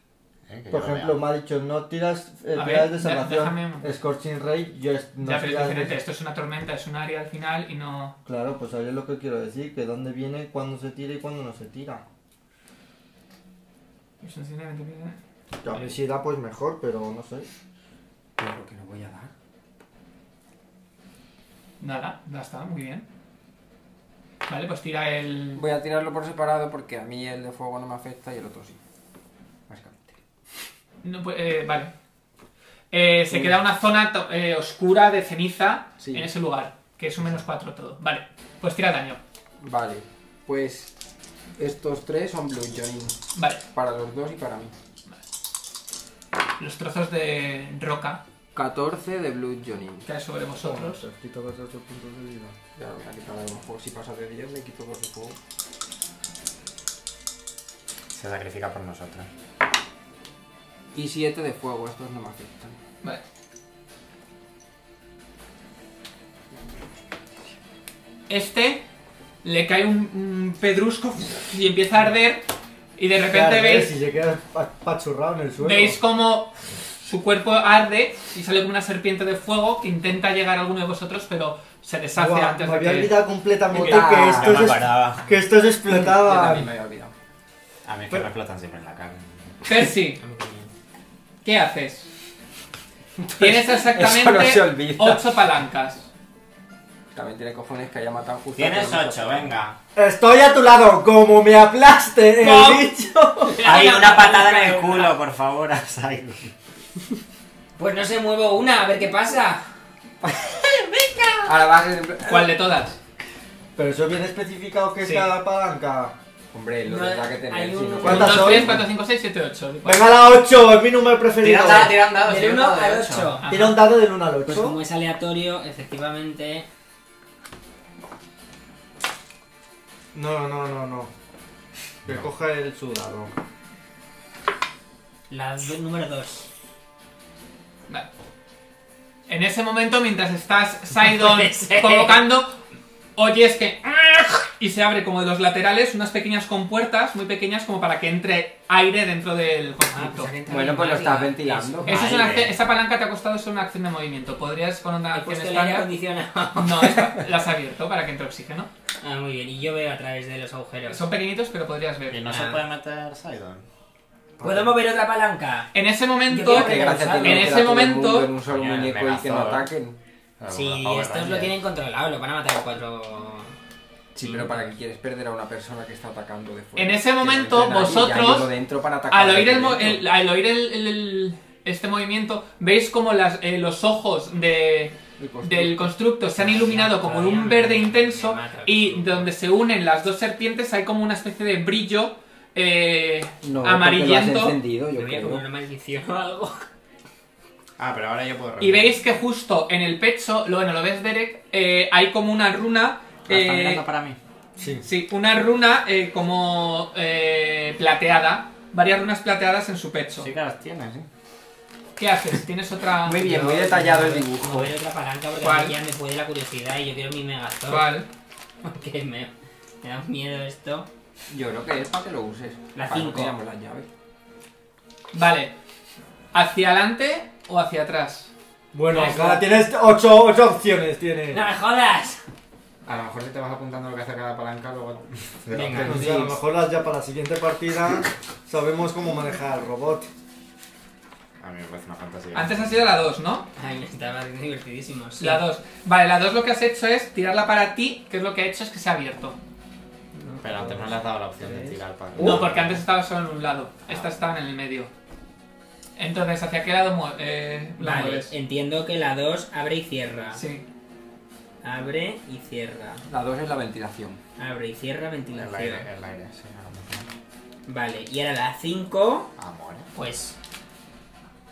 Eh, que
Por
yo
ejemplo,
vea.
me ha dicho, no tiras eh,
A ver,
piedras de salvación,
déjame-
Scorching Ray, yo es- no
ya, pero es
tiras de-
diferente. Esto es una tormenta, es un área al final y no...
Claro, pues ahí es lo que quiero decir, que dónde viene, cuándo se tira y cuándo no se tira.
Eso tiene 20 pies, ¿eh?
Que a mí si da, pues mejor, pero no sé.
Claro que no voy a dar.
Nada, ya está, muy bien. Vale, pues tira el...
Voy a tirarlo por separado porque a mí el de fuego no me afecta y el otro sí. Básicamente.
No, pues, eh, vale. Eh, se queda una zona to- eh, oscura de ceniza
Sí.
en ese lugar, que es un menos 4 todo. Vale, pues tira daño.
Vale, pues estos tres son Blue Jonin.
Vale,
Para los dos y para mí.
los trozos de roca
14 de Blue Jonin.
caen sobre vosotros.
Te quito los otros puntos de vida.
Ya me ha quitado a lo mejor si pasa de 10 le quito dos de fuego.
Se sacrifica por nosotros.
Y 7 de fuego, estos no me afectan.
Vale. Este le cae un, un pedrusco y empieza a arder y de repente
Claro, eh,
veis
Si se queda pa- pachurrado en el suelo.
Veis como su cuerpo arde y sale como una serpiente de fuego que intenta llegar a alguno de vosotros, pero se deshace
Buah,
antes
me
de
había
que...
olvidado completamente
Ah,
que
No me
estos, es-
acordaba.
que estos
Yo también
explotaban.
me había olvidado.
A mí es que me explotan siempre en la cara.
Percy, ¿qué haces?
Pues
Tienes
eso no se
exactamente
olvida.
8 palancas.
También tiene cojones que haya matado justo.
Tienes
pero no se
ocho,
afecta.
venga.
Estoy a tu lado, como me aplaste
¡Pum!
el bicho.
Hay una patada en el culo, por favor, a Saigo.
Pues no se muevo una, a ver qué pasa.
Ahora va a ser.
¿Cuál de todas?
Pero eso viene especificado que es
Sí.
cada palanca.
Hombre, lo
No,
tendrá que
hay
tener.
un-
Si no,
¿Cuál-
1,
¿Cuántas
2,
son?
3, 4, 5, 6, 7, 8.
Venga la 8, es mi número preferido.
Tiran dados, tiran dados.
Del 1 al 8.
Tira un dado del 1 al
Pues
8.
como es aleatorio, efectivamente.
No, no, no, no. Que coja el su dado.
La do- número 2.
Vale. En ese momento, mientras estás Sidon convocando, oyes que. Y se abre como de los laterales unas pequeñas compuertas, muy pequeñas, como para que entre aire dentro
Ah,
del conjunto.
Bueno, pues lo estás ventilando.
Eso es
Aire.
una acción- esa palanca te ha costado solo una acción de movimiento. Podrías con una
He
acción
puesto el aire
estándar.
acondicionado.
No, esta- la has abierto para que entre oxígeno.
Ah, muy bien. Y yo veo a través de los agujeros.
Son pequeñitos, pero podrías
¿Y
ver.
no se puede meter Sidon?
¿Puedo mover otra palanca?
En ese
Yo
momento,
creo
Qué gracia
En
tiene meter a
ese
todo el
momento-
mundo en un solo
Coño, el
muñeco y que no
Megazord.
ataquen.
Si
Ah, Power
estos lo
Ranger.
tienen controlado, lo van a matar en cuatro.
Sí, pero ¿para qué quieres perder a una persona que está atacando de fuera?
Mm. En ese
Que no
momento,
entra nadie, ya ha ido
vosotros,
dentro para atacar
al oír,
desde
el, mo-
dentro.
el- al oír el- el- el- este movimiento, veis como las, eh, los ojos de,
El constructo.
del constructo se han iluminado como de un verde intenso y donde se unen las dos serpientes hay como una especie de brillo eh,
No, porque Lo has
amarillento.
encendido, yo
Me voy a
creo.
comer una maldición o algo.
Ah, pero ahora yo puedo
Y
reír.
veis que justo en el pecho, lo, bueno, lo ves Derek, eh, hay como una runa...
¿La está
eh,
mirando para mí?
Sí.
Sí, una runa eh, como eh, plateada. Varias runas plateadas en su pecho.
Sí que las tienes, ¿eh? sí.
¿Qué haces? ¿Tienes otra...?
Muy bien, muy detallado el dibujo.
Mover otra palanca porque
¿Cuál?
a mí ya me puede la curiosidad y yo quiero mi megazord.
¿Cuál?
Porque me, me da miedo esto.
Yo creo que es para que lo uses.
La
Para
cinco.
que tengamos las llaves.
Vale. ¿Hacia adelante o hacia atrás?
Bueno,
Ahí está.
ahora tienes 8 opciones. Tienes.
¡No me jodas!
A lo mejor si te vas apuntando lo que hace cada palanca, luego.
Venga.
Pero sí, a lo mejor las- ya para la siguiente partida sabemos cómo manejar al robot.
A mí me parece una fantasía.
Antes ha sido la 2, ¿no?
Ay, estaba divertidísimo. sí.
La 2. Vale, la 2 lo que has hecho es tirarla para ti, que es lo que ha hecho es que se ha abierto.
Pero antes no le has dado la opción de tirar para.
No, porque antes estaba solo en un lado. Estas estaban en el medio. Entonces, ¿hacia qué lado mue- eh, la
Vale,
mueves?
entiendo que la 2 abre y cierra.
Sí.
Abre y cierra.
La 2 es la ventilación.
Abre y cierra
El
ventilación.
aire, el aire, sí, a lo mejor.
Vale, y ahora la 5,
Amor, ¿eh?
pues.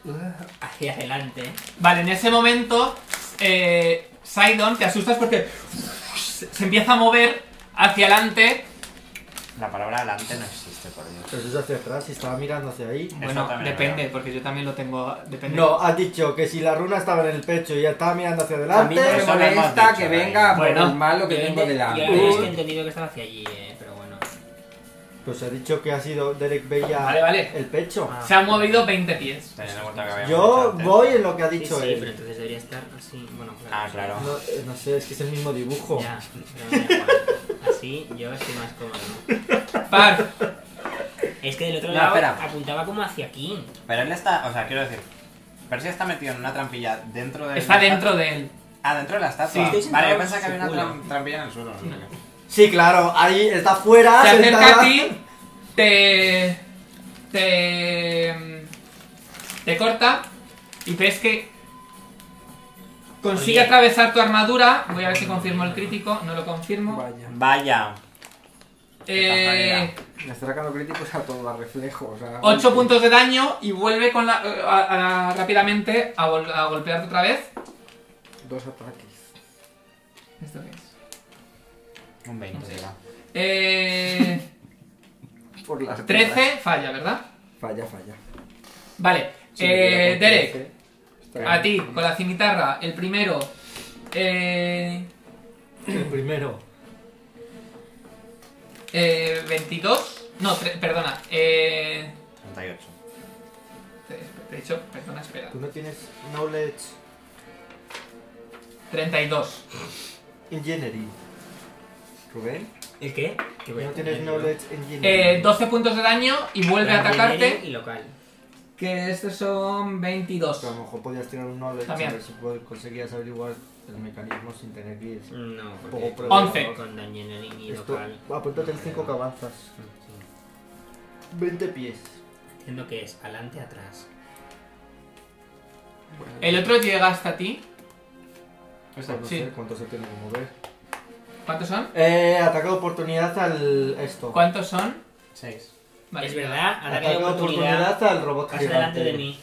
Ah.
Hacia adelante.
Vale, en ese momento, eh, Sidon, te asustas porque se se empieza a mover hacia adelante.
La palabra adelante no existe, por Dios.
Pero eso es hacia atrás, si estaba mirando hacia ahí.
Bueno,
también es
depende,
verdad.
porque yo también lo tengo. Depende.
No, has dicho que si la runa estaba en el pecho y estaba mirando hacia
A mí
adelante.
no me
Eso lo hemos
molesta
dicho,
que
David.
venga por
Bueno,
el mal lo que
Yo
tengo
ente-
delante.
Yo había entendido que estaba hacia allí, eh, pero bueno.
Pues he dicho que ha sido Derek Bella
Vale, vale.
el pecho.
Ah,
Se ha movido 20 pies.
Teniendo en cuenta que habíamos dicho
Yo
antes.
voy en lo que ha
Sí, sí,
dicho él.
pero entonces debería estar así. Bueno, claro.
Ah, claro.
No, eh, no sé, es que es el mismo dibujo.
Ya, pero me da igual. Así yo estoy más cómodo.
Par.
Es que del otro
No,
lado
espera.
apuntaba como hacia aquí.
Pero él está, o sea, quiero decir, Percy está metido en una trampilla dentro de.
Está
la
dentro
estatua.
de él.
Ah, dentro de la estatua.
Sí, estoy sentado
vale, yo
en
pensaba que
su
había una
culo.
tram- trampilla en el suelo. No sé qué.
Sí, claro, ahí está
Ah,
fuera.
Se acerca
sentada.
a ti, te. te. mm, te corta y ves que. consigue
Oye.
atravesar tu armadura. Voy a ver si confirmo el crítico, no lo confirmo.
Vaya.
Vaya.
Eh,
Le está sacando críticos a todo, a reflejo. O sea,
8 puntos de daño y vuelve con la, a- a- rápidamente a, vol- a golpearte otra vez.
Dos ataques.
¿Esto qué es?
Un 20, diga.
Eh,
Por las
13, falla, ¿verdad?
Falla, falla.
Vale,
Sí,
eh,
me queda con
Derek.
13. Está
A
bien.
ti, con la cimitarra, el primero. Eh,
El primero.
eh, 22. No, tre- perdona. Eh,
38.
te- de hecho, perdona, espera.
Tú no tienes knowledge
32.
engineering. Rubén,
¿El qué? Que voy a
no tienes
tener
knowledge
Eh,
engineering.
12 puntos de daño y vuelve a
Gran
atacarte.
engineering Y local.
Que estos son 22.
Pero a lo mejor podías tirar un knowledge
También.
a ver si pod- conseguías averiguar el mecanismo sin tener que ir.
No,
Poco
porque
pro-
Once.
con Dungeoneering y
Esto,
local.
apúntate el 5 que avanzas.
Sí.
20 pies.
Entiendo que es adelante, atrás.
El otro llega hasta ti.
Pues no
Sí.
sé cuánto se tiene que mover.
¿Cuántos son?
Eh, ataque de oportunidad al esto.
¿Cuántos son?
6.
Vale,
es verdad, ataque
Ataque
de
de
oportunidad.
oportunidad al robot
Pasa
gigante.
delante de mí.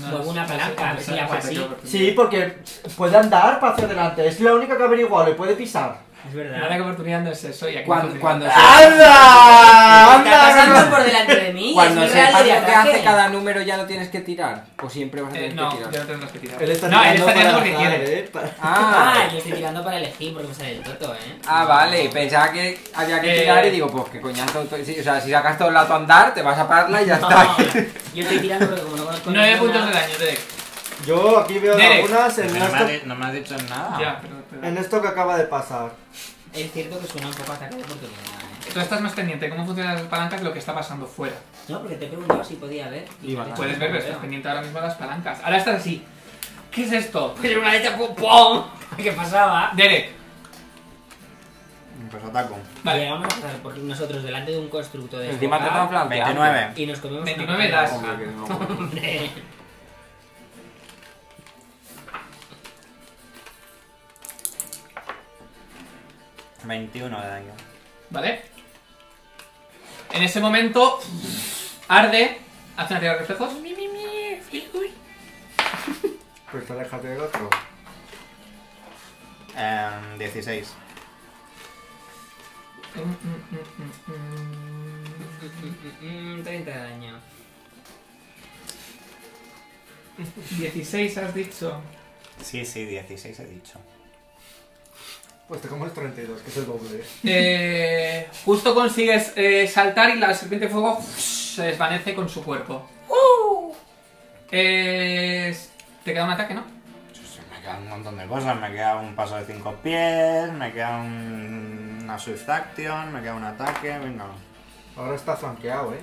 No,
Muevo una
no sé,
palanca,
no sé,
si la
no
hago
sé,
así.
creo que-
Sí, porque puede andar para hacia adelante. Es la única que ha averiguado, le puede pisar.
Es
La verdad
verdad.
que oportunidad no es eso. Y aquí
Cuando,
no
cuando, se-
¡Anda!
Está pasando por delante de mí.
cuando
es mi radio
sepas
de
lo que
ataque.
hace cada número ya lo tienes que tirar. O siempre vas a
Eh,
tener
no,
que
ya
tirar.
no tendrás que tirar.
Él está
no, él
tirando
está tirando
para
porque
azar,
quiere.
¿eh? Para-
Ah,
Ah, yo estoy tirando para elegir porque me sale el toto, eh.
ah, vale. Pensaba que había que
Eh.
tirar y digo, pues qué coñazo. to- sí, o sea, si sacas todo el rato a andar, te vas a pararla y ya está.
yo estoy tirando porque como no
eh.
conozco
9
ninguna-
puntos de daño, Derek.
Yo aquí veo
Derek.
lagunas en,
no, me
esto,
has di- no me has dicho nada.
Ya, perdón, perdón.
Ah. en esto que acaba de pasar.
Es cierto que suena un poco a ataque de oportunidad, eh.
Tú estás más pendiente de cómo funcionan las palancas que lo que está pasando fuera.
No, porque te he preguntado si podía ver.
Y vale.
Puedes ver, pero estás pendiente ahora mismo de las palancas. Ahora estás así. ¿Qué es esto?
Pero una leche, ¡pum! ¡pum! ¿Qué pasaba?
Derek,
Pues ataco.
vale.
Llegamos a pasar por nosotros delante de un constructo de
Encima te
escolar
están flanqueando.
29.
y nos comemos
29
una-
das.
Hombre, que no.
Hombre.
Vale. 21 de daño.
Vale. En ese momento, arde. Hace una tirada de reflejos.
Pues aléjate del otro.
Em, 16.
Mm, mm, mm, mm, mm.
Mm, mm, mm, 30 de daño.
16 has dicho.
Sí, sí, 16 he dicho.
Pues te como el 32, que es el doble.
Eh, justo consigues eh, saltar y la serpiente de fuego se desvanece con su ¡Uh! cuerpo. Eh, te queda un ataque, ¿no?
Se me queda un montón de cosas. Me queda un paso de 5 pies, me queda un- una swift action, me queda un ataque, venga.
Ahora está flanqueado, eh.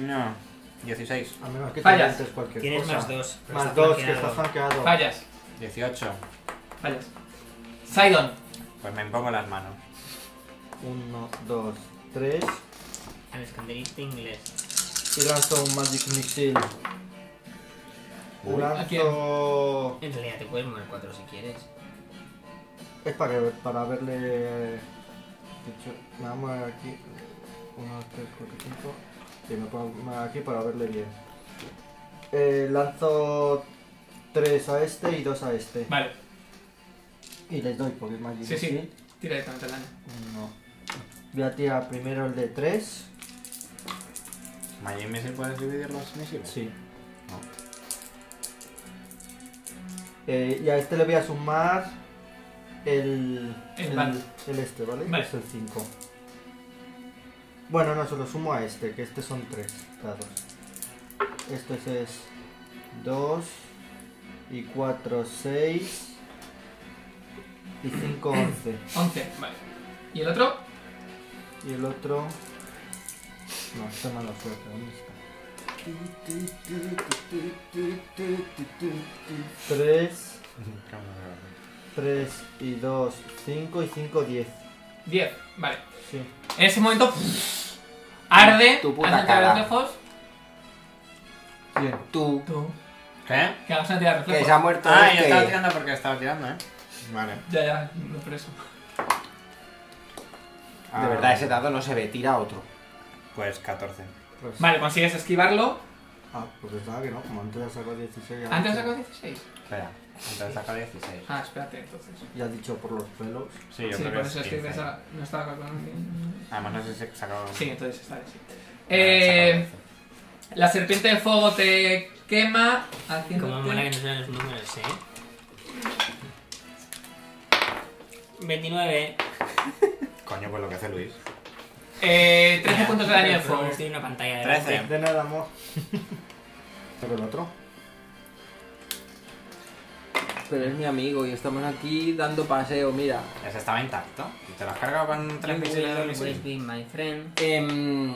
No, 16,
A menos que te
Fallas.
inventes cualquier
Tienes
cosa.
más dos. pero
Más
estás
dos, que
flanqueado.
está flanqueado.
Fallas,
18.
fallas. Sidon,
Pues me impongo las manos.
Uno, dos, tres.
Al escondite inglés.
Y lanzo un Magic Missile.
Uy.
¿A quién?
Lanzo.
En realidad te puedes mover cuatro si quieres.
Es para, que- para verle. Dicho, me voy a mover aquí. Uno, dos, tres, cuatro, cinco. Y me pongo más aquí para verle bien. Eh, lanzo tres a este y dos a este.
vale,
Y les doy por el Magic
Sí, sí.
Missile.
tira directamente el daño.
Uno. Voy a tirar primero el de tres.
¿Magic Missile puedes dividir los misiles?
Sí.
No.
Eh, y a este le voy a sumar el.
El mal.
el este, ¿vale?
Vale.
Es el 5. Bueno, no, se lo sumo a este, que este son 3 dados. Esto es- es 2 y 4, 6 y 5, 11.
11, vale. ¿Y el otro?
Y el otro. No, está mala suerte, ¿dónde está? 3, 3 y 2, 5 y 5, 10.
10, vale.
Sí.
En ese momento arde,
Tu puta
hace entrar
cara.
los reflejos.
Bien.
Tú,
Tú,
¿Qué?
que hagas una tirada de
que
reflejos.
se ha muerto
Ah, yo
este.
estaba tirando porque estaba tirando, ¿eh? Vale.
Ya, ya, no por eso.
De verdad, ese dado no se ve, tira otro.
Ah, Pues 14.
Pues-
Vale, consigues esquivarlo.
Ah, pues pensaba que no, como antes ha sacado 16. ya-
Antes sacó 16.
Espera, entonces saca 16.
Ah, espérate, entonces.
Ya has dicho por los pelos.
Sí, yo
sí,
creo
por
que
eso
es
es que
15.
pensaba- no estaba calculando bien.
Además, no sé si he sacado.
Sí, entonces está bien, sí.
Ah, he
Eh,
sacado
la serpiente de fuego te quema haciendo.
Como mola que no sean los números, ¿eh? 29.
15. Coño, pues lo que hace Luis.
Eh, 13 puntos de daño de fuego.
Estoy en una pantalla de
13.
De nada, amor. Pero el otro.
Pero es mi amigo y estamos aquí dando paseo, mira.
Ese estaba intacto. ¿Y te lo has cargado con 3 misiles de
Will
misil?
always be my friend.
Em,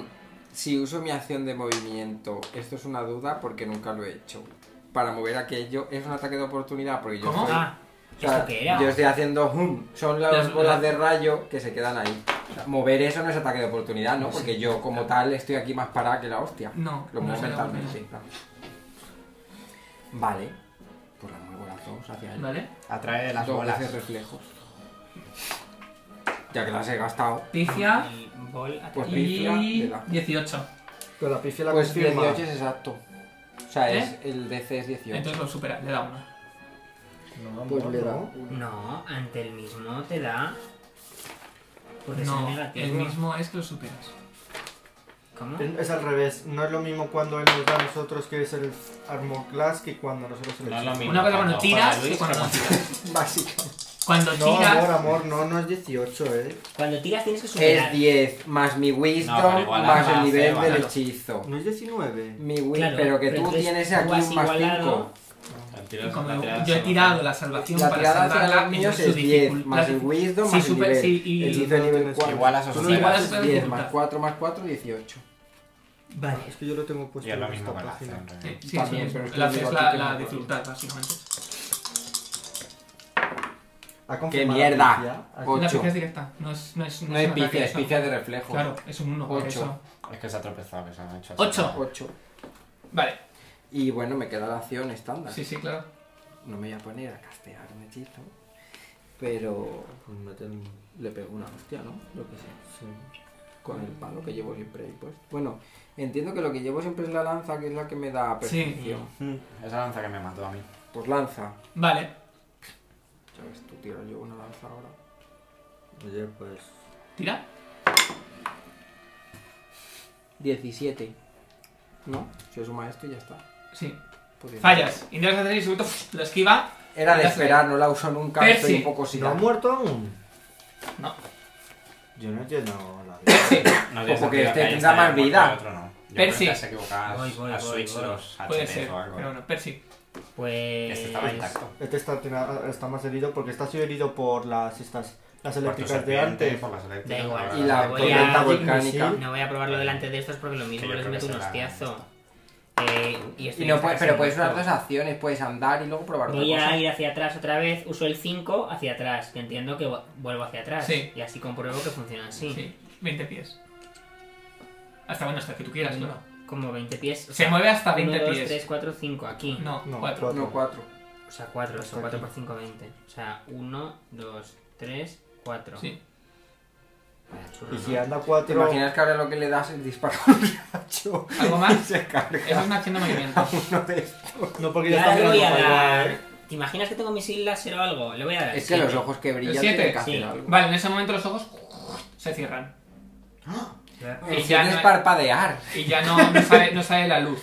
si uso mi acción de movimiento, esto es una duda porque nunca lo he hecho. Para mover aquello es un ataque de oportunidad porque yo
¿Cómo?
estoy-
Ah,
o sea,
¿esto qué era?
Yo estoy haciendo hum, son las
Las-
bolas
las-
de rayo que se quedan ahí. O sea, mover eso no es ataque de oportunidad, ¿no? Porque yo como tal estoy aquí más parada que la hostia.
No,
Lo
no
muevo
se le ocurre.
mentalmente. claro. Vale. Pues las muevo las dos hacia él.
Vale.
Atrae las
dos
bolas.
veces reflejos. Ya que las he gastado.
Pifia
El bol
Pues
ataque.
pifia,
y
vela.
18.
Pero la pifia la
Pues
confirma.
18 es exacto. O sea,
¿Eh?
es, el DC es 18.
Entonces lo supera, le da uno.
No, pues le da.
No, ante el mismo te da. Porque
no,
es negativo.
el mismo es que lo superas.
¿Cómo?
Es al revés, no es lo mismo cuando él nos da a nosotros que es el Armor Class que cuando nosotros se lo
No es lo
echamos.
mismo.
Una cosa cuando
juega
tiras
Luis
y cuando
que
no tiras.
Básicamente.
Cuando
No, amor,
tiras,
amor, no, no es 18, eh.
Cuando tiras tienes que
Es
superar.
10 más mi wisdom
No, pero igual
más
a
el
más,
nivel
eh,
del
vale.
hechizo.
No es 19.
Mi wi-
Claro,
pero que
pero
tú
entonces
tienes
tú
aquí
has
un más
igualado
5.
Las tiras-
como
las tiras
yo he
son-
tirado la salvación
La
para
tirada hacia
salvarla,
los
entonces
míos
su
es 10
dificul-
más
la-
el wisdom
si
más el
super-
nivel.
si- y-
el
y- pues
hechizo nivel
Igual
4.
a sus
Tú no
niveles.
igualas
Igualas
10
dificultad.
más 4 más 4, 18.
Vale.
Es que yo lo tengo puesto
Y es lo
en
mismo
esta
con la
página.
acción. ¿eh?
Sí,
realmente.
sí,
También,
sí,
pero
es
es
la,
que
es
digo
la,
aquí que
la
no.
dificultad, básicamente.
Ha confirmado
¡Qué
la
mierda!
pifia. Ha-
Ocho.
La pifia es directa, no es No es,
No es
un ataque,
picia, es
un-
picia de reflejo.
Claro, es un 1.
Ocho.
Es que se ha tropezado, que se han hecho.
Ocho.
así.
8.
Vale,
Y bueno, me queda la acción estándar.
sí, sí, claro.
No me voy a poner a castear un hechizo. Pero. Pues meter un- le pego una hostia, ¿no? Lo que sea. Con el palo que llevo siempre ahí puesto. Bueno, entiendo que lo que llevo siempre es la lanza, que es la que me da
Sí.
percepción.
Mm, Esa lanza que me mató a mí.
Pues lanza.
Vale,
¿Sabes? Tú tiras yo una lanza ahora.
Oye, pues.
tira.
17. ¿No? Se suma esto y ya está.
Sí,
Pues bien.
fallas. Intentas hacer y sobre todo lo esquiva.
Era de
Ya sé.
esperar, no la uso nunca.
Percy.
Estoy un poco sin
¿No ha muerto aún?
No.
Yo no he llenado la vida.
No
Ojo, que
sentido
este
haya
tenga
estado
más
muerto y
vida.
eh, otro no. Yo creo que
Percy.
Estás equivocado.
Voy, voy,
Has
voy,
switch
voy.
los
Puede
HDs
ser,
o
¿eh?
algo.
pero bueno, Percy.
Pues.
Este estaba intacto.
Este está, tira- está más herido porque está sido herido por las estas las eléctricas de
serpiente,
antes.
Por las eléctricas.
Da igual.
por
Y
las
la
Voy
tormenta
a-
volcánica.
No voy a probarlo delante de estos porque lo
Que
mismo
yo
les
creo que
meto un
será
hostiazo. Eh, y estoy
Y no puedes,
casi
pero puedes usar
muerto.
dos acciones, puedes andar y luego probar otra
Voy a
cosa.
ir hacia atrás otra vez, uso el 5 hacia atrás, que entiendo que vu- vuelvo hacia atrás.
Sí.
Y así compruebo que funciona así.
Sí, 20 pies. Hasta bueno, hasta que tú quieras, claro.
Como 20 pies. o
Se
sea,
mueve hasta
1,
20
2,
pies.
3, 4, 5, aquí.
No,
No,
4.
No, cuatro.
O sea, 4,
Hasta
son 4
aquí.
por 5, 20. O sea, 1, 2, 3, 4.
Sí.
Y si anda cuatro...
¿Te imaginas que ahora lo que le das es disparar un racho
¿Algo
y
más?
se carga
Eso es una acción de movimiento.
uno de estos?
No, porque
Y
ya
ahora le
está
voy a
mirando para
dar.
igual,
¿Te imaginas que tengo misil láser o algo? Le voy a dar.
Es que
siete.
los ojos que brillan
siete,
tienen que hacer
sí.
algo.
Vale, en ese momento los ojos se cierran.
El
Y ya
cine
no-
es parpadear.
Y ya no, no, sale, no sale la luz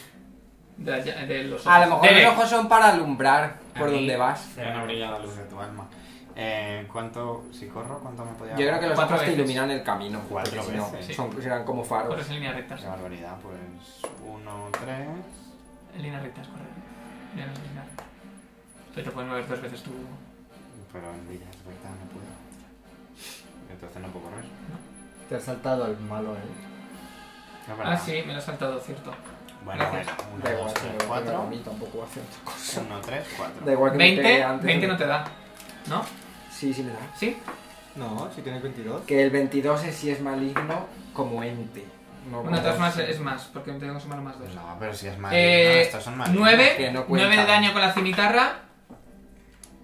de, las ll- de los ojos.
A lo mejor
Derek,
los ojos son para alumbrar por
A mí-
donde vas.
Ya no brilla la luz de tu alma. Eh, ¿Cuánto, si corro, cuánto me podía
Yo creo que los
Cuatro
ojos te
veces.
iluminan el camino.
Cuatro
porque si no,
veces.
son- serán como
corres
faros.
en líneas rectas.
Qué barbaridad, pues. Uno, tres.
En líneas rectas, corre. Ya no es lineal. Pero te pueden mover dos veces tú.
Pero en Villa Recta no puedo. Entonces no puedo correr.
Te ha saltado el malo, eh.
No,
Ah, sí, me lo he saltado, cierto.
Bueno, a ver,
Gracias.
uno,
Da
dos,
igual,
tres,
pero a
cuatro.
mí tampoco hace otra cosa.
Uno, tres, cuatro.
Da igual que me pegue
20,
antes.
20 no te da. ¿No?
Sí, sí me da.
¿Sí?
No, si tienes 22.
Que el 22 es si es maligno como ente. No
Una de
como-
todas formas es más, porque tengo que sumar más dos.
Pues no, pero si es mal.
Eh,
estos son mal.
9,
que no cuentan.
9 de daño con la cimitarra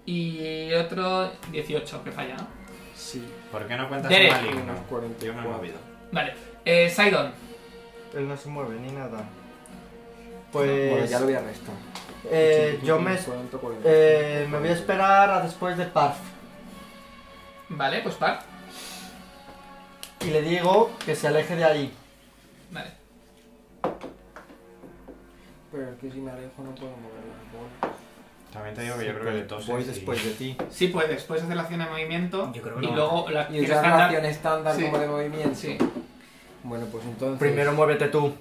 y otro 18 que falla, ¿no?
Sí,
¿Por qué no cuentas
Derek.
mal?
unos
maligno?
44.
Yo me he movido.
Vale, eh, Sidon,
Él no se mueve ni nada.
Bueno,
Pues...
ya lo voy a restar.
eh, yo me...
85, 45,
Eh, me voy a esperar a después de Parf.
vale, pues par,
Y le digo que se aleje de ahí.
vale,
Pero es que si me alejo no puedo mover las bolas.
También te digo que yo creo que le toses.
Voy
y-
después de ti.
sí puedes, puedes hacer la acción de movimiento
Yo creo que
y
no.
luego
Ah,
la
Y
acción
usar la acción
estándar,
estándar
Sí.
como de movimiento.
sí,
Bueno, pues entonces.
Primero muévete tú.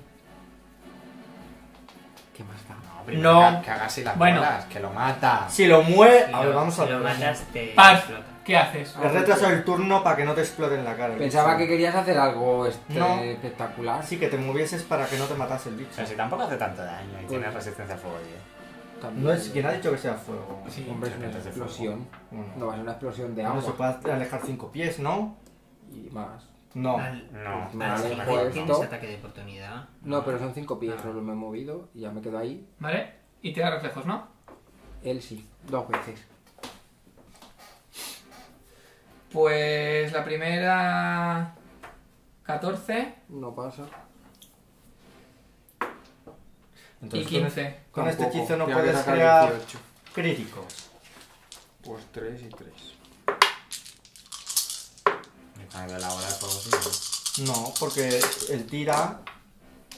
¿Qué más da?
No,
No.
no. Que, que hagas y las
Bueno.
bolas, que lo mata.
Si lo mueve...
Si
A ver,
lo-
vamos a
si lo
ver.
matas, te
Par.
explota.
¿qué haces?
He retrasado el turno para que no te explote en la cara. el
Pensaba que
bicho.
querías hacer algo este,
No.
espectacular.
Así que te movieses para que no te matase el bicho.
Pero si tampoco hace tanto daño y
Uy.
tienes resistencia al fuego, tío.
También.
No es quien ha dicho que sea fuego.
Sí.
Hombre, es una
Serpientes de
explosión.
Bueno,
No va a ser una explosión de
no se
agua.
puede alejar cinco pies, ¿no?
Y más.
No.
Al-
No.
Me
al
alejo
siguiente
esto.
Ah, tienes ataque de oportunidad.
No, pero son cinco pies,
Ah.
solo me he movido y ya me quedo ahí.
Vale, y te da reflejos, ¿no?
Él sí, dos veces.
Pues la primera 14
No pasa.
y 15.
Con este
Tampoco.
hechizo no
Tengo que
puedes
sacar
crear-
18.
Críticos.
Pues tres y tres.
Y con el de la bola de fuego, sí.
No, porque él tira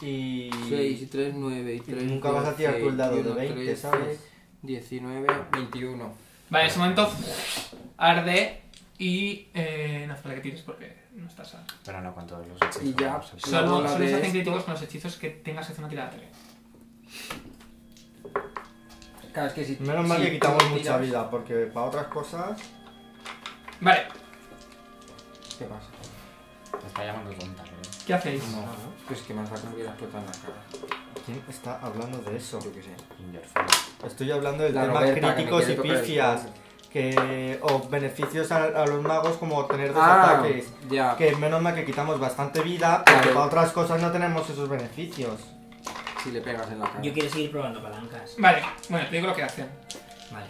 y...
6 y 3, 9 y 3.
nunca vas a tirar tú el dado de 20, ¿sabes?
19, 21.
Vale, en ese momento arde y eh, no hace falta que tires porque no estás a...
Pero no con todos los hechizos.
Y ya.
no sé.
La
Solo,
bola
solo
de
se hacen
esto.
críticos con los hechizos que tengas que hacer una tirada 3.
Claro, es que si.
Menos mal
si
que quitamos
tú
mucha
tiras-
vida, porque para otras cosas...
Vale,
¿Qué pasa?
Te pues, está llamando tonta, creo.
¿qué hacéis?
No.
Pues que más da que me hubiera explotado en la cara.
¿Quién está hablando de eso?
Yo qué sé.
In your face.
Estoy hablando de
La
temas
Roberta, que me
críticos y
quiere tocar el
pifias.
culo.
Que, o beneficios a, a los magos como obtener dos
Ah,
ataques.
ya.
Que menos mal que quitamos bastante vida, porque
Claro.
para otras cosas no tenemos esos beneficios.
Si le pegas en la cara.
Yo quiero seguir probando palancas.
Vale, bueno, te digo lo que hacen.
Vale.